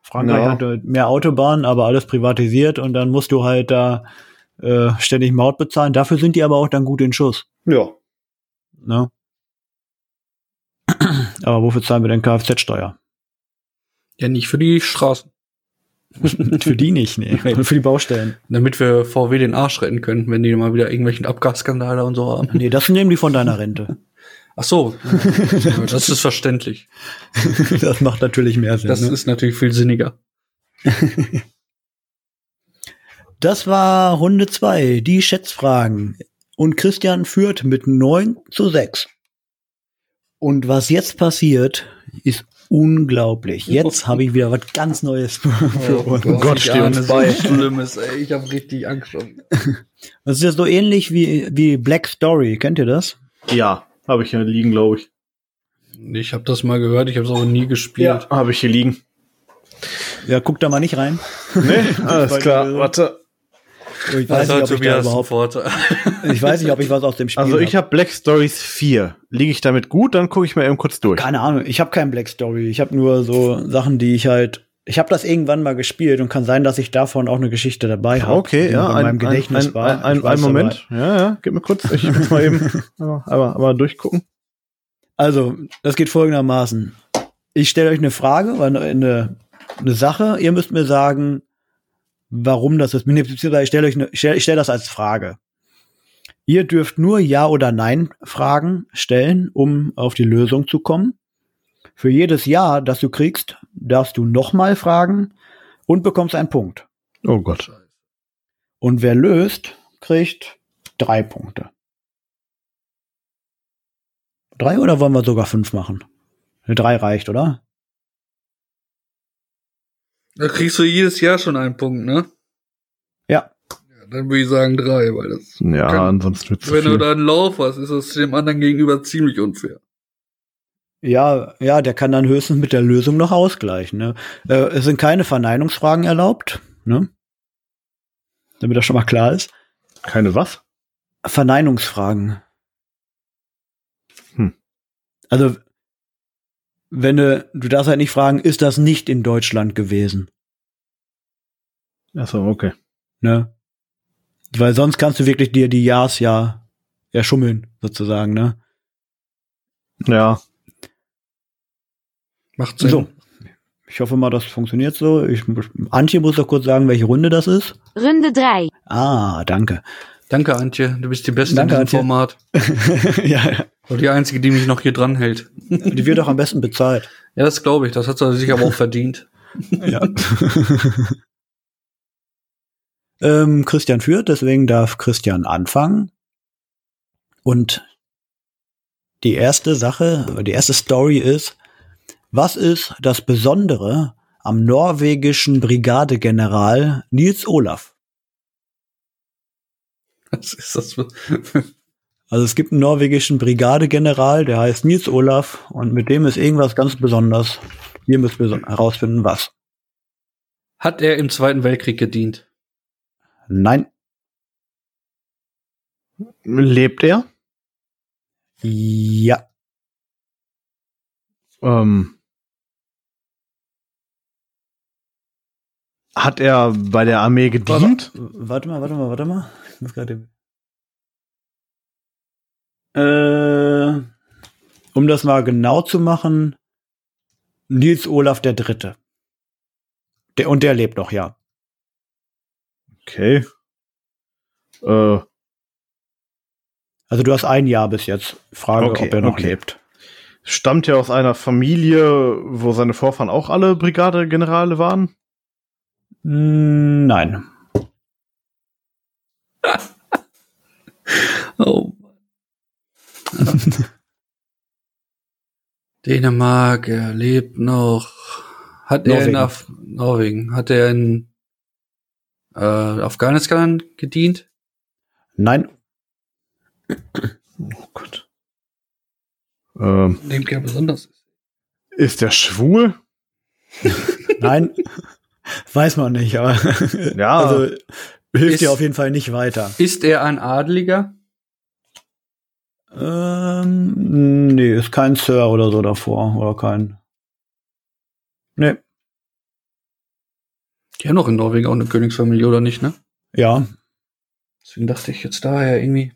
[SPEAKER 1] Frankreich
[SPEAKER 2] Ja.
[SPEAKER 1] hat halt mehr Autobahnen, aber alles privatisiert und dann musst du halt da äh, ständig Maut bezahlen. Dafür sind die aber auch dann gut in Schuss.
[SPEAKER 2] Ja.
[SPEAKER 1] Ne? Aber wofür zahlen wir denn Kfz-Steuer?
[SPEAKER 4] Ja, nicht für die Straßen.
[SPEAKER 1] Für die nicht, nee. <laughs> Für die Baustellen.
[SPEAKER 4] Damit wir VW den Arsch retten können, wenn die mal wieder irgendwelchen Abgasskandale und so haben. <laughs>
[SPEAKER 1] Nee, das nehmen die von deiner <laughs> Rente.
[SPEAKER 4] Ach so, ja, das ist verständlich.
[SPEAKER 1] Das macht natürlich mehr Sinn.
[SPEAKER 4] Das
[SPEAKER 1] ne?
[SPEAKER 4] ist natürlich viel sinniger.
[SPEAKER 1] Das war Runde zwei, die Schätzfragen. Und Christian führt mit 9 zu 6. Und was jetzt passiert, ist unglaublich. Jetzt habe ich wieder was ganz Neues für
[SPEAKER 4] um
[SPEAKER 1] uns.
[SPEAKER 2] oh Gott, steh uns bei.
[SPEAKER 4] So Schlimmes, ey. Ich habe richtig Angst schon.
[SPEAKER 1] Das ist ja so ähnlich wie, wie Black Story. Kennt ihr das?
[SPEAKER 2] Ja, habe ich hier liegen, glaube ich.
[SPEAKER 4] Ich habe das mal gehört, ich habe es aber nie gespielt.
[SPEAKER 2] Habe ich hier liegen.
[SPEAKER 1] Ja, guckt da mal nicht rein.
[SPEAKER 2] <laughs> Nee, alles
[SPEAKER 1] Weil-
[SPEAKER 2] klar. Warte.
[SPEAKER 1] Ich weiß, nicht, ob ich, da überhaupt,
[SPEAKER 4] Vorteil.
[SPEAKER 1] ich weiß nicht, ob ich was aus dem Spiel
[SPEAKER 2] Also ich
[SPEAKER 1] hab.
[SPEAKER 2] habe Black Stories 4. Liege ich damit gut, dann gucke ich mir eben kurz durch.
[SPEAKER 1] Keine Ahnung, ich habe kein Black Story. Ich habe nur so Sachen, die ich halt. Ich habe das irgendwann mal gespielt und kann sein, dass ich davon auch eine Geschichte dabei habe.
[SPEAKER 2] Okay, ja,
[SPEAKER 1] in meinem
[SPEAKER 2] ein, ein,
[SPEAKER 1] Gedächtnis
[SPEAKER 2] ein,
[SPEAKER 1] war.
[SPEAKER 2] ein,
[SPEAKER 1] Ich
[SPEAKER 2] ein,
[SPEAKER 1] weiß
[SPEAKER 2] ein
[SPEAKER 1] aber-
[SPEAKER 2] Moment. Ja, ja, gib mir kurz. Ich muss mal <laughs> eben einmal, einmal, einmal durchgucken.
[SPEAKER 1] Also, das geht folgendermaßen. Ich stelle euch eine Frage oder eine- eine, eine Sache. Ihr müsst mir sagen, warum das ist. Nee, beziehungsweise Ich stelle euch eine, ich stelle, ich stelle das als Frage. Ihr dürft nur Ja oder Nein Fragen stellen, um auf die Lösung zu kommen. Für jedes Ja, das du kriegst, darfst du nochmal fragen und bekommst einen Punkt.
[SPEAKER 2] Oh Gott.
[SPEAKER 1] Und wer löst, kriegt drei Punkte. Drei oder wollen wir sogar fünf machen? Eine Drei reicht, oder?
[SPEAKER 4] Da kriegst du jedes Jahr schon einen Punkt, ne?
[SPEAKER 1] Ja.
[SPEAKER 4] Ja, dann würde ich sagen drei, weil das.
[SPEAKER 2] Ja,
[SPEAKER 4] Kann-
[SPEAKER 2] ansonsten wird's zu
[SPEAKER 4] Wenn du
[SPEAKER 2] viel.
[SPEAKER 4] da einen Lauf hast, ist das dem anderen gegenüber ziemlich unfair.
[SPEAKER 1] Ja, ja, der kann dann höchstens mit der Lösung noch ausgleichen. Ne? Äh, es sind keine Verneinungsfragen erlaubt, ne? Damit das schon mal klar ist.
[SPEAKER 2] Keine was?
[SPEAKER 1] Verneinungsfragen.
[SPEAKER 2] Hm.
[SPEAKER 1] Also, wenn du, du darfst halt nicht fragen, ist das nicht in Deutschland gewesen?
[SPEAKER 2] Achso, okay.
[SPEAKER 1] Ne? Weil sonst kannst du wirklich dir die Ja's ja erschummeln, sozusagen, ne?
[SPEAKER 2] Ja.
[SPEAKER 4] Macht Sinn.
[SPEAKER 1] So. Ich hoffe mal, das funktioniert so. Ich, Antje muss doch kurz sagen, welche Runde das ist.
[SPEAKER 3] Runde 3.
[SPEAKER 1] Ah, danke.
[SPEAKER 4] Danke, Antje. Du bist die Beste
[SPEAKER 1] Danke,
[SPEAKER 4] in
[SPEAKER 1] Antje.
[SPEAKER 4] diesem Format.
[SPEAKER 1] ja,
[SPEAKER 4] Und die Einzige, die mich noch hier dran hält.
[SPEAKER 1] die wird auch am besten bezahlt.
[SPEAKER 4] Ja, das glaube ich. Das hat sie sich aber auch verdient. <laughs>
[SPEAKER 1] Ja. ähm, Christian führt, deswegen darf Christian anfangen. Und die erste Sache, die erste Story ist, was ist das Besondere am norwegischen Brigadegeneral Nils Olaf?
[SPEAKER 4] Was ist das? für-
[SPEAKER 1] Also es gibt einen norwegischen Brigadegeneral, der heißt Nils Olaf und mit dem ist irgendwas ganz Besonderes. Hier müsst wir so- herausfinden, was.
[SPEAKER 4] Hat er im Zweiten Weltkrieg gedient?
[SPEAKER 1] Nein,
[SPEAKER 2] Lebt er?
[SPEAKER 1] ja,
[SPEAKER 2] Ähm, hat er bei der Armee gedient?
[SPEAKER 1] Warte mal, warte mal, warte mal. Ich muss gerade. Äh, um das mal genau zu machen, Nils Olaf der Dritte. Der, und der lebt noch, ja.
[SPEAKER 2] Okay. Äh,
[SPEAKER 1] Also du hast ein Jahr bis jetzt. Frage,
[SPEAKER 2] Okay,
[SPEAKER 1] ob er noch
[SPEAKER 2] okay.
[SPEAKER 1] lebt.
[SPEAKER 2] stammt ja aus einer Familie, wo seine Vorfahren auch alle Brigadegenerale waren?
[SPEAKER 1] Mm, Nein.
[SPEAKER 4] Oh. <laughs> Dänemark, er lebt noch. Hat er in
[SPEAKER 1] Norwegen.
[SPEAKER 4] Af Norwegen? Hat er in äh, Afghanistan gedient?
[SPEAKER 1] Nein.
[SPEAKER 2] Oh Gott. Ähm,
[SPEAKER 4] Dem der besonders ist.
[SPEAKER 2] ist der schwul? <laughs>
[SPEAKER 1] Nein. Weiß man nicht, aber
[SPEAKER 2] Ja.
[SPEAKER 1] also hilft
[SPEAKER 4] Ist-
[SPEAKER 1] dir auf jeden Fall nicht weiter.
[SPEAKER 4] Ist er ein Adeliger?
[SPEAKER 1] Ähm, nee, ist kein Sir oder so davor. Oder kein. Nee,
[SPEAKER 4] Die haben noch in Norwegen auch eine Königsfamilie, oder nicht, ne?
[SPEAKER 1] ja.
[SPEAKER 4] Deswegen dachte ich jetzt daher irgendwie.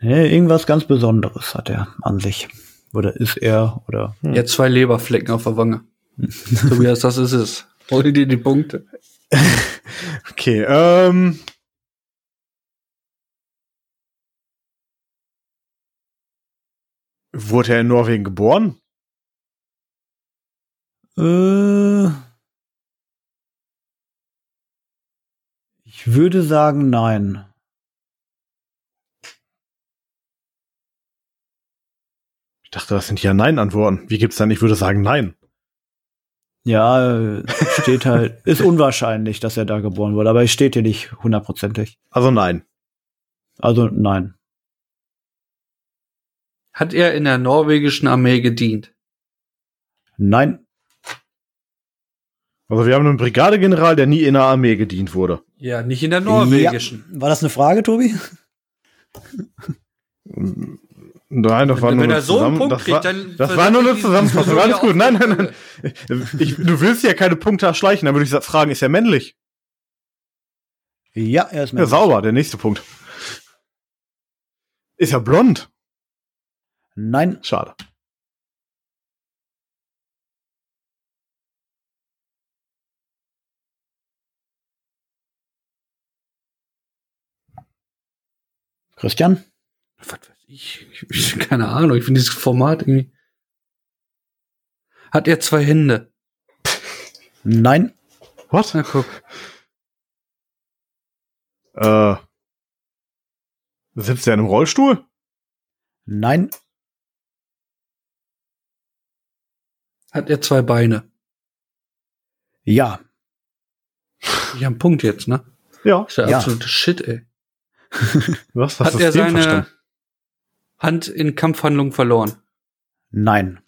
[SPEAKER 1] Nee, irgendwas ganz Besonderes hat er an sich. Oder ist er, oder.
[SPEAKER 2] Hm.
[SPEAKER 4] Ja, zwei Leberflecken auf der <laughs> Wange. Tobias, das ist es. Hol dir die Punkte.
[SPEAKER 2] Okay, ähm. Wurde er in Norwegen geboren?
[SPEAKER 1] Äh, ich würde sagen, nein.
[SPEAKER 2] Ich dachte, das sind ja Nein-Antworten. Wie gibt's dann, ich würde sagen Nein?
[SPEAKER 1] Ja, äh, steht halt, ist unwahrscheinlich, dass er da geboren wurde, aber es steht hier nicht hundertprozentig.
[SPEAKER 2] Also nein.
[SPEAKER 1] Also nein.
[SPEAKER 4] Hat er in der norwegischen Armee gedient?
[SPEAKER 1] Nein.
[SPEAKER 2] Also wir haben einen Brigadegeneral, der nie in der Armee gedient wurde.
[SPEAKER 4] Ja, nicht in der
[SPEAKER 1] Ja. War das eine Frage, Tobi?
[SPEAKER 2] Nein, das war
[SPEAKER 4] Wenn
[SPEAKER 2] nur
[SPEAKER 4] er
[SPEAKER 2] eine
[SPEAKER 4] so einen
[SPEAKER 2] Zusammen-
[SPEAKER 4] Punkt
[SPEAKER 2] das
[SPEAKER 4] kriegt,
[SPEAKER 2] war-
[SPEAKER 4] dann.
[SPEAKER 2] das war nur eine
[SPEAKER 4] die-
[SPEAKER 2] Zusammenfassung.
[SPEAKER 4] die-
[SPEAKER 2] Alles gut. Nein, nein, nein. Ich, du willst ja keine Punkte erschleichen, dann würde ich fragen, ist er männlich?
[SPEAKER 1] Ja, er ist
[SPEAKER 2] Ja,
[SPEAKER 1] männlich.
[SPEAKER 2] sauber, der nächste Punkt. Ist er blond?
[SPEAKER 1] Nein.
[SPEAKER 2] Schade.
[SPEAKER 1] Christian?
[SPEAKER 4] Was weiß ich? ich, <laughs> ich keine Ahnung, ich finde dieses Format irgendwie. Hat er zwei Hände?
[SPEAKER 1] Nein.
[SPEAKER 2] What?
[SPEAKER 4] Na guck.
[SPEAKER 2] Äh, sitzt er in einem Rollstuhl?
[SPEAKER 1] Nein.
[SPEAKER 4] Hat er zwei Beine?
[SPEAKER 1] Ja.
[SPEAKER 4] Ich habe einen Punkt jetzt, ne?
[SPEAKER 2] Ja.
[SPEAKER 4] Ist ja,
[SPEAKER 1] Ja.
[SPEAKER 4] absolute Shit, ey.
[SPEAKER 2] Was?
[SPEAKER 4] Hat er seine Hand in Kampfhandlungen verloren?
[SPEAKER 1] Nein.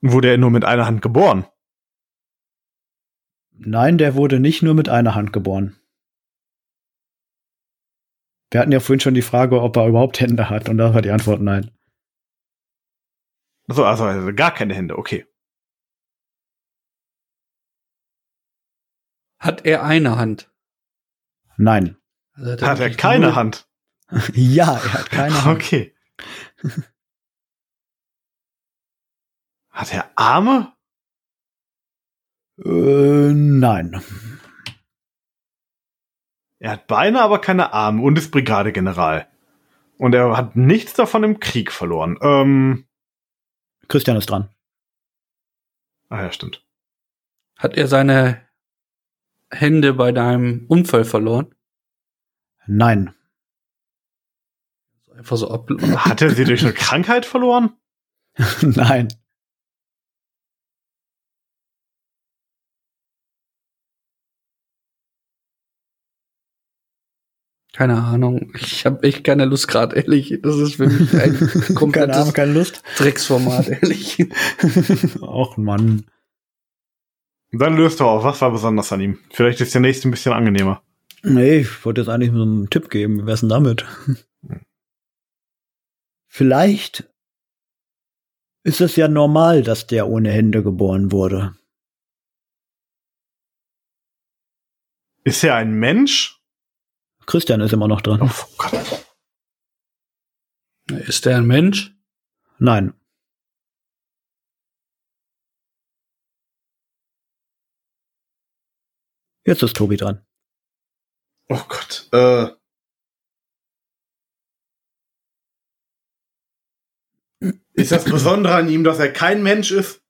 [SPEAKER 2] Wurde er nur mit einer Hand geboren?
[SPEAKER 1] Nein, der wurde nicht nur mit einer Hand geboren. Wir hatten ja vorhin schon die Frage, ob er überhaupt Hände hat, und da war die Antwort nein.
[SPEAKER 2] So, also, also gar keine Hände, okay.
[SPEAKER 4] Hat er eine Hand?
[SPEAKER 1] Nein.
[SPEAKER 4] Also
[SPEAKER 2] Hat er
[SPEAKER 4] wirklich
[SPEAKER 2] keine
[SPEAKER 4] null-
[SPEAKER 2] Hand?
[SPEAKER 1] <laughs> Ja, er hat
[SPEAKER 2] <laughs>
[SPEAKER 1] keine Hand.
[SPEAKER 2] Okay. Hat er Arme?
[SPEAKER 1] <laughs> Äh, nein.
[SPEAKER 2] Er hat Beine, aber keine Arme und ist Brigadegeneral. Und er hat nichts davon im Krieg verloren. Ähm,
[SPEAKER 1] Christian ist dran.
[SPEAKER 2] ah ja, stimmt.
[SPEAKER 4] Hat er seine Hände bei deinem Unfall verloren?
[SPEAKER 1] Nein. <laughs>
[SPEAKER 4] Einfach so ab.
[SPEAKER 2] Hat er sie durch eine Krankheit verloren?
[SPEAKER 1] nein.
[SPEAKER 4] Keine Ahnung. Ich habe echt keine Lust gerade, ehrlich. Das ist für mich
[SPEAKER 1] <laughs>
[SPEAKER 4] ein
[SPEAKER 1] Keine Ahnung,
[SPEAKER 4] komplettes
[SPEAKER 1] keine <laughs> Lust.
[SPEAKER 4] Drecksformat, ehrlich.
[SPEAKER 1] Och Mann.
[SPEAKER 2] Dann löst er auf. Was war besonders an ihm? Vielleicht ist der nächste ein bisschen angenehmer.
[SPEAKER 1] Nee, ich wollte jetzt eigentlich nur einen Tipp geben. Wie wär's denn damit? <laughs> Vielleicht ist es ja normal, dass der ohne Hände geboren wurde.
[SPEAKER 2] Ist er ein Mensch?
[SPEAKER 1] Christian ist immer noch dran.
[SPEAKER 2] Oh Gott.
[SPEAKER 4] Ist der ein Mensch?
[SPEAKER 1] Nein. Jetzt ist Tobi dran.
[SPEAKER 2] Oh Gott. Äh. Ist das Besondere an ihm, dass er kein Mensch ist?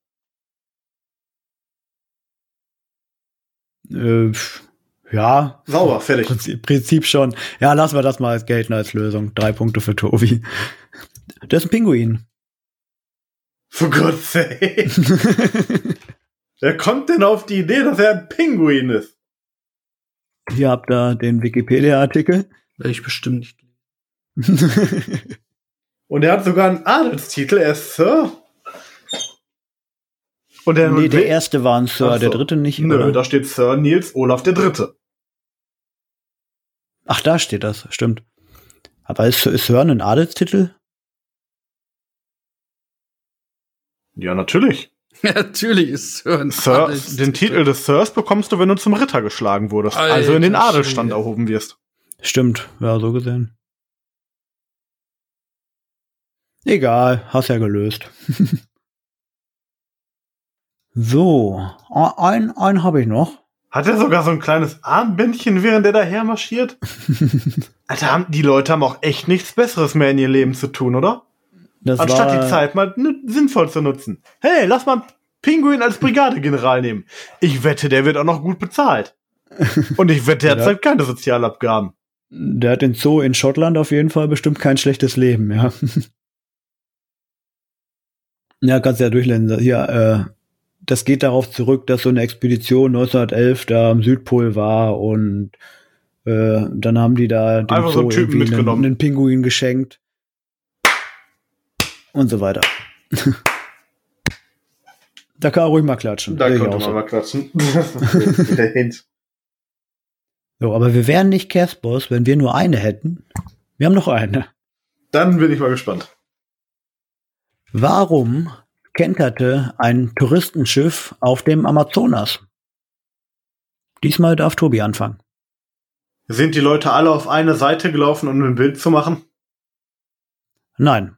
[SPEAKER 1] Äh, pf, ja,
[SPEAKER 2] Sauber, fertig.
[SPEAKER 1] Prinzip, Prinzip schon. Ja, lassen wir das mal als gelten als Lösung. Drei Punkte für Tobi. Das ist ein Pinguin. <laughs>
[SPEAKER 2] For God's sake. Wer kommt denn auf die Idee, dass er ein Pinguin ist?
[SPEAKER 1] Hier habt ihr den Wikipedia-Artikel.
[SPEAKER 4] Werde ich bestimmt nicht. <laughs>
[SPEAKER 2] Und er hat sogar einen Adelstitel, er ist Sir. Und er
[SPEAKER 1] nee, der erste war ein Sir,
[SPEAKER 2] Ach so.
[SPEAKER 1] der dritte nicht.
[SPEAKER 2] Nö,
[SPEAKER 1] oder?
[SPEAKER 2] da steht Sir Niels Olaf der Dritte.
[SPEAKER 1] Ach, da steht das, stimmt. Aber ist, ist Sir ein Adelstitel?
[SPEAKER 2] Ja, natürlich.
[SPEAKER 4] Natürlich ist Sir ein
[SPEAKER 2] Sir,
[SPEAKER 4] Adelstitel.
[SPEAKER 2] den Titel des Sirs bekommst du, wenn du zum Ritter geschlagen wurdest, also in den
[SPEAKER 4] Alter
[SPEAKER 2] Adelstand
[SPEAKER 4] Schwede.
[SPEAKER 2] erhoben wirst.
[SPEAKER 1] Stimmt, ja, so gesehen. Egal, hast ja gelöst. <laughs> so, a- ein, ein habe ich noch.
[SPEAKER 2] Hat er sogar so ein kleines Armbändchen, während er daher marschiert?
[SPEAKER 1] <laughs>
[SPEAKER 2] Alter, haben, die Leute haben auch echt nichts Besseres mehr in ihr Leben zu tun, oder?
[SPEAKER 1] Das
[SPEAKER 2] Anstatt
[SPEAKER 1] war,
[SPEAKER 2] die Zeit mal ne, sinnvoll zu nutzen. Hey, lass mal Pinguin als Brigadegeneral nehmen. Ich wette, der wird auch noch
[SPEAKER 1] <laughs>
[SPEAKER 2] gut bezahlt. Und ich wette, der hat
[SPEAKER 1] Ja.
[SPEAKER 2] halt keine Sozialabgaben.
[SPEAKER 1] Der hat den Zoo in Schottland auf jeden Fall bestimmt kein schlechtes Leben, ja. <laughs> ja, kannst ja durchlesen. Ja, äh, das geht darauf zurück, dass so eine Expedition 1911 da am Südpol war und äh, dann haben die da dem
[SPEAKER 2] Einfach so einen Typen
[SPEAKER 1] irgendwie
[SPEAKER 2] mitgenommen.
[SPEAKER 1] Einen, einen Pinguin geschenkt und so weiter. <laughs> da kann er ruhig mal klatschen. Sehe ich auch so.
[SPEAKER 2] mal quatschen. <laughs> Der Hint.
[SPEAKER 1] so, aber wir wären nicht Castboss, wenn wir nur eine hätten. Wir haben noch eine.
[SPEAKER 2] Dann bin ich mal gespannt.
[SPEAKER 1] Warum kenterte ein Touristenschiff auf dem Amazonas? Diesmal darf Tobi anfangen.
[SPEAKER 2] Sind die Leute alle auf eine Seite gelaufen, um ein Bild zu machen?
[SPEAKER 1] Nein.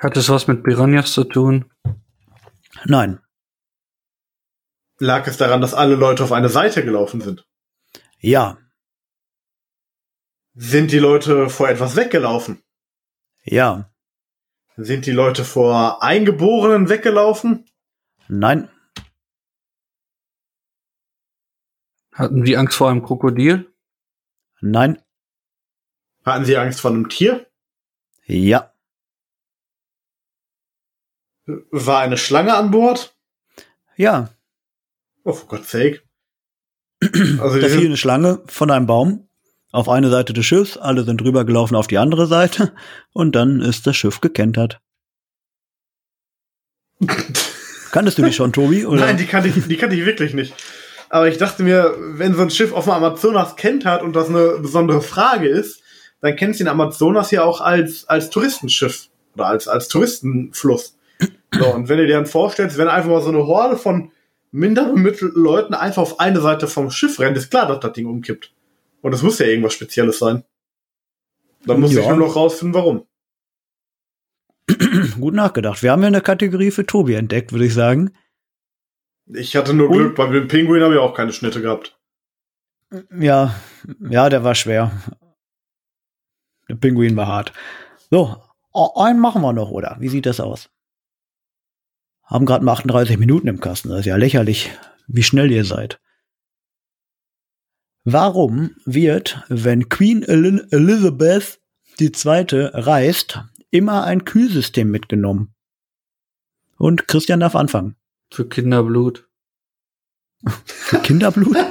[SPEAKER 4] Hat es was mit Piranhas zu tun?
[SPEAKER 1] Nein.
[SPEAKER 2] Lag es daran, dass alle Leute auf eine Seite gelaufen sind?
[SPEAKER 1] Ja.
[SPEAKER 2] Sind die Leute vor etwas weggelaufen?
[SPEAKER 1] Ja.
[SPEAKER 2] Sind die Leute vor Eingeborenen weggelaufen?
[SPEAKER 1] Nein.
[SPEAKER 4] Hatten die Angst vor einem Krokodil?
[SPEAKER 1] Nein.
[SPEAKER 2] Hatten sie Angst vor einem Tier?
[SPEAKER 1] Ja.
[SPEAKER 2] War eine Schlange an Bord?
[SPEAKER 1] Ja.
[SPEAKER 2] Oh, für Gott's sake. <clears throat> Also, die
[SPEAKER 1] Da fiel
[SPEAKER 2] sind,
[SPEAKER 1] eine Schlange von einem Baum auf eine Seite des Schiffs. Alle sind rübergelaufen auf die andere Seite. Und dann ist das Schiff gekentert. Kanntest du die schon, Tobi? Oder?
[SPEAKER 2] nein, die kannte, ich, die kannte ich wirklich nicht. Aber ich dachte mir, wenn so ein Schiff auf dem Amazonas kentert und das eine besondere Frage ist, dann kennst du den Amazonas ja auch als, als Touristenschiff oder als, als Touristenfluss. So, und wenn du dir dann vorstellst, wenn einfach mal so eine Horde von minder bemittelten Leuten einfach auf eine Seite vom Schiff rennt, ist klar, dass das Ding umkippt. Und es muss ja irgendwas Spezielles sein. Dann muss ich
[SPEAKER 1] Ja.
[SPEAKER 2] nur noch rausfinden, warum.
[SPEAKER 1] Gut nachgedacht. Wir haben ja eine Kategorie für Tobi entdeckt, würde ich sagen.
[SPEAKER 2] Ich hatte nur
[SPEAKER 1] Und-
[SPEAKER 2] Glück, bei dem Pinguin habe ich auch keine Schnitte gehabt.
[SPEAKER 1] Ja, ja, der war schwer. Der Pinguin war hart. So, o- einen machen wir noch, oder? Wie sieht das aus? Haben gerade mal 38 Minuten im Kasten. Das ist ja lächerlich, wie schnell ihr seid. Warum wird, wenn Queen El Elizabeth II. reist, immer ein Kühlsystem mitgenommen? Und Christian darf anfangen.
[SPEAKER 4] Für Kinderblut.
[SPEAKER 1] Für Kinderblut? <laughs>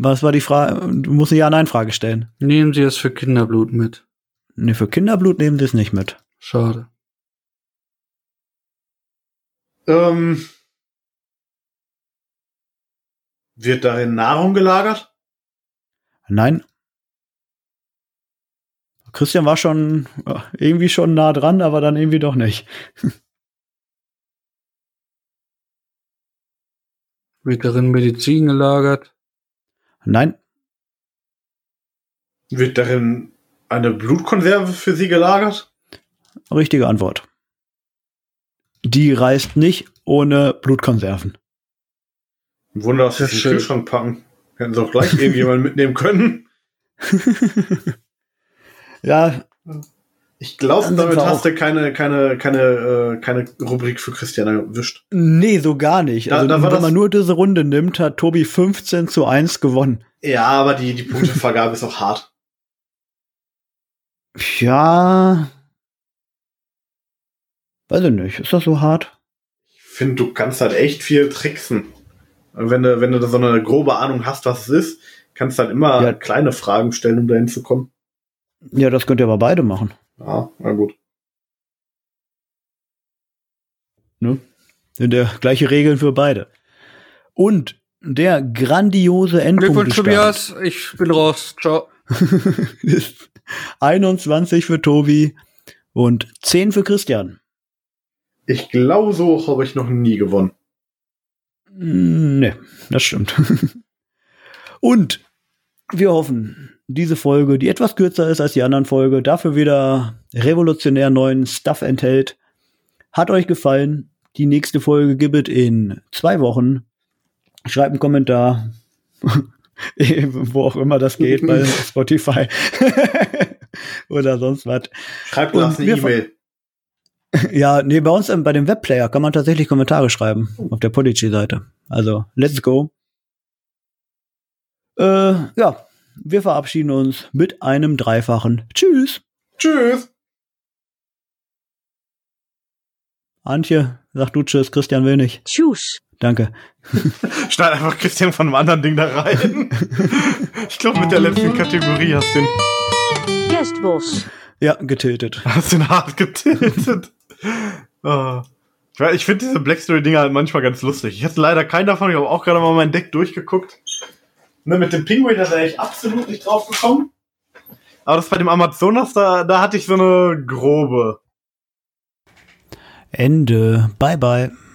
[SPEAKER 1] Was war die Frage? Du musst eine Ja-Nein-Frage stellen.
[SPEAKER 4] Nehmen Sie es für Kinderblut mit.
[SPEAKER 1] Nee, für Kinderblut nehmen sie es nicht mit.
[SPEAKER 4] Schade.
[SPEAKER 2] Ähm, wird darin Nahrung gelagert?
[SPEAKER 1] Nein. Christian war schon äh, irgendwie schon nah dran, aber dann irgendwie doch nicht.
[SPEAKER 4] Wird darin Medizin gelagert?
[SPEAKER 1] Nein,
[SPEAKER 2] Wird darin eine Blutkonserve für sie gelagert?
[SPEAKER 1] richtige Antwort. Die reist nicht ohne Blutkonserven.
[SPEAKER 2] Wunder, dass sie es in den
[SPEAKER 4] Schön.
[SPEAKER 2] Kühlschrank packen. Hätten sie auch gleich irgendjemanden <laughs> mitnehmen können.
[SPEAKER 1] Ja,
[SPEAKER 2] Ich glaube,
[SPEAKER 1] Dann sind
[SPEAKER 2] Also damit
[SPEAKER 1] wir
[SPEAKER 2] hast
[SPEAKER 1] auch-
[SPEAKER 2] du keine, keine, keine, äh, keine Rubrik für Christian erwischt.
[SPEAKER 1] nee, so gar nicht.
[SPEAKER 2] Da-
[SPEAKER 1] Also,
[SPEAKER 2] da war
[SPEAKER 1] wenn
[SPEAKER 2] das-
[SPEAKER 1] man nur diese Runde nimmt, hat Tobi 15 zu 1 gewonnen.
[SPEAKER 2] Ja, aber die, die Punktevergabe ist auch hart.
[SPEAKER 1] Ja. Weiß ich nicht. Ist das so hart?
[SPEAKER 2] Ich finde, du kannst halt echt viel tricksen. Und Wenn du, wenn du da so eine grobe Ahnung hast, was es ist, kannst du halt immer
[SPEAKER 1] Ja.
[SPEAKER 2] kleine Fragen stellen, um dahin zu kommen.
[SPEAKER 1] Ja, das könnt ihr aber beide machen.
[SPEAKER 2] Ja, na gut.
[SPEAKER 1] Ne? Sind ja gleiche Regeln für beide. Und der grandiose Endpunkt.
[SPEAKER 4] Glückwunsch, Tobias. Ich bin raus. Ciao.
[SPEAKER 1] <laughs> 21 für Tobi und 10 für Christian.
[SPEAKER 2] Ich glaube, so habe ich noch nie gewonnen.
[SPEAKER 1] Ne, das stimmt. <laughs> Und wir hoffen, diese Folge, die etwas kürzer ist als die anderen Folge, dafür wieder revolutionär neuen Stuff enthält. Hat euch gefallen? Die nächste Folge gibt es in zwei Wochen. Schreibt einen Kommentar. <laughs> Wo auch immer das geht, bei Spotify <laughs> oder sonst was.
[SPEAKER 2] Schreibt
[SPEAKER 1] Und
[SPEAKER 2] uns eine
[SPEAKER 1] wir ver-
[SPEAKER 2] E-Mail.
[SPEAKER 1] Ja, nee, bei uns ähm, bei dem Webplayer kann man tatsächlich Kommentare schreiben auf der Podigy-Seite. Also, let's go. Äh, ja, wir verabschieden uns mit einem dreifachen Tschüss.
[SPEAKER 2] Tschüss.
[SPEAKER 1] Antje, sag du Tschüss, Christian will nicht.
[SPEAKER 3] Tschüss.
[SPEAKER 1] Danke.
[SPEAKER 2] Schneid einfach Christian von einem anderen Ding da <laughs> rein. ich glaube, mit der letzten Kategorie hast du ihn,
[SPEAKER 3] Guestbus.
[SPEAKER 1] Ja, getötet.
[SPEAKER 2] hast du ihn hart getiltet. Ah. Ich weiß, Ich finde diese Blackstory-Dinger halt manchmal ganz lustig. Ich hatte leider keinen davon. Ich habe auch gerade mal mein Deck durchgeguckt. Ne, mit dem Pinguin, da wäre ich absolut nicht drauf gekommen. Aber das bei dem Amazonas, da, da hatte ich so eine grobe.
[SPEAKER 1] Ende. Bye, bye.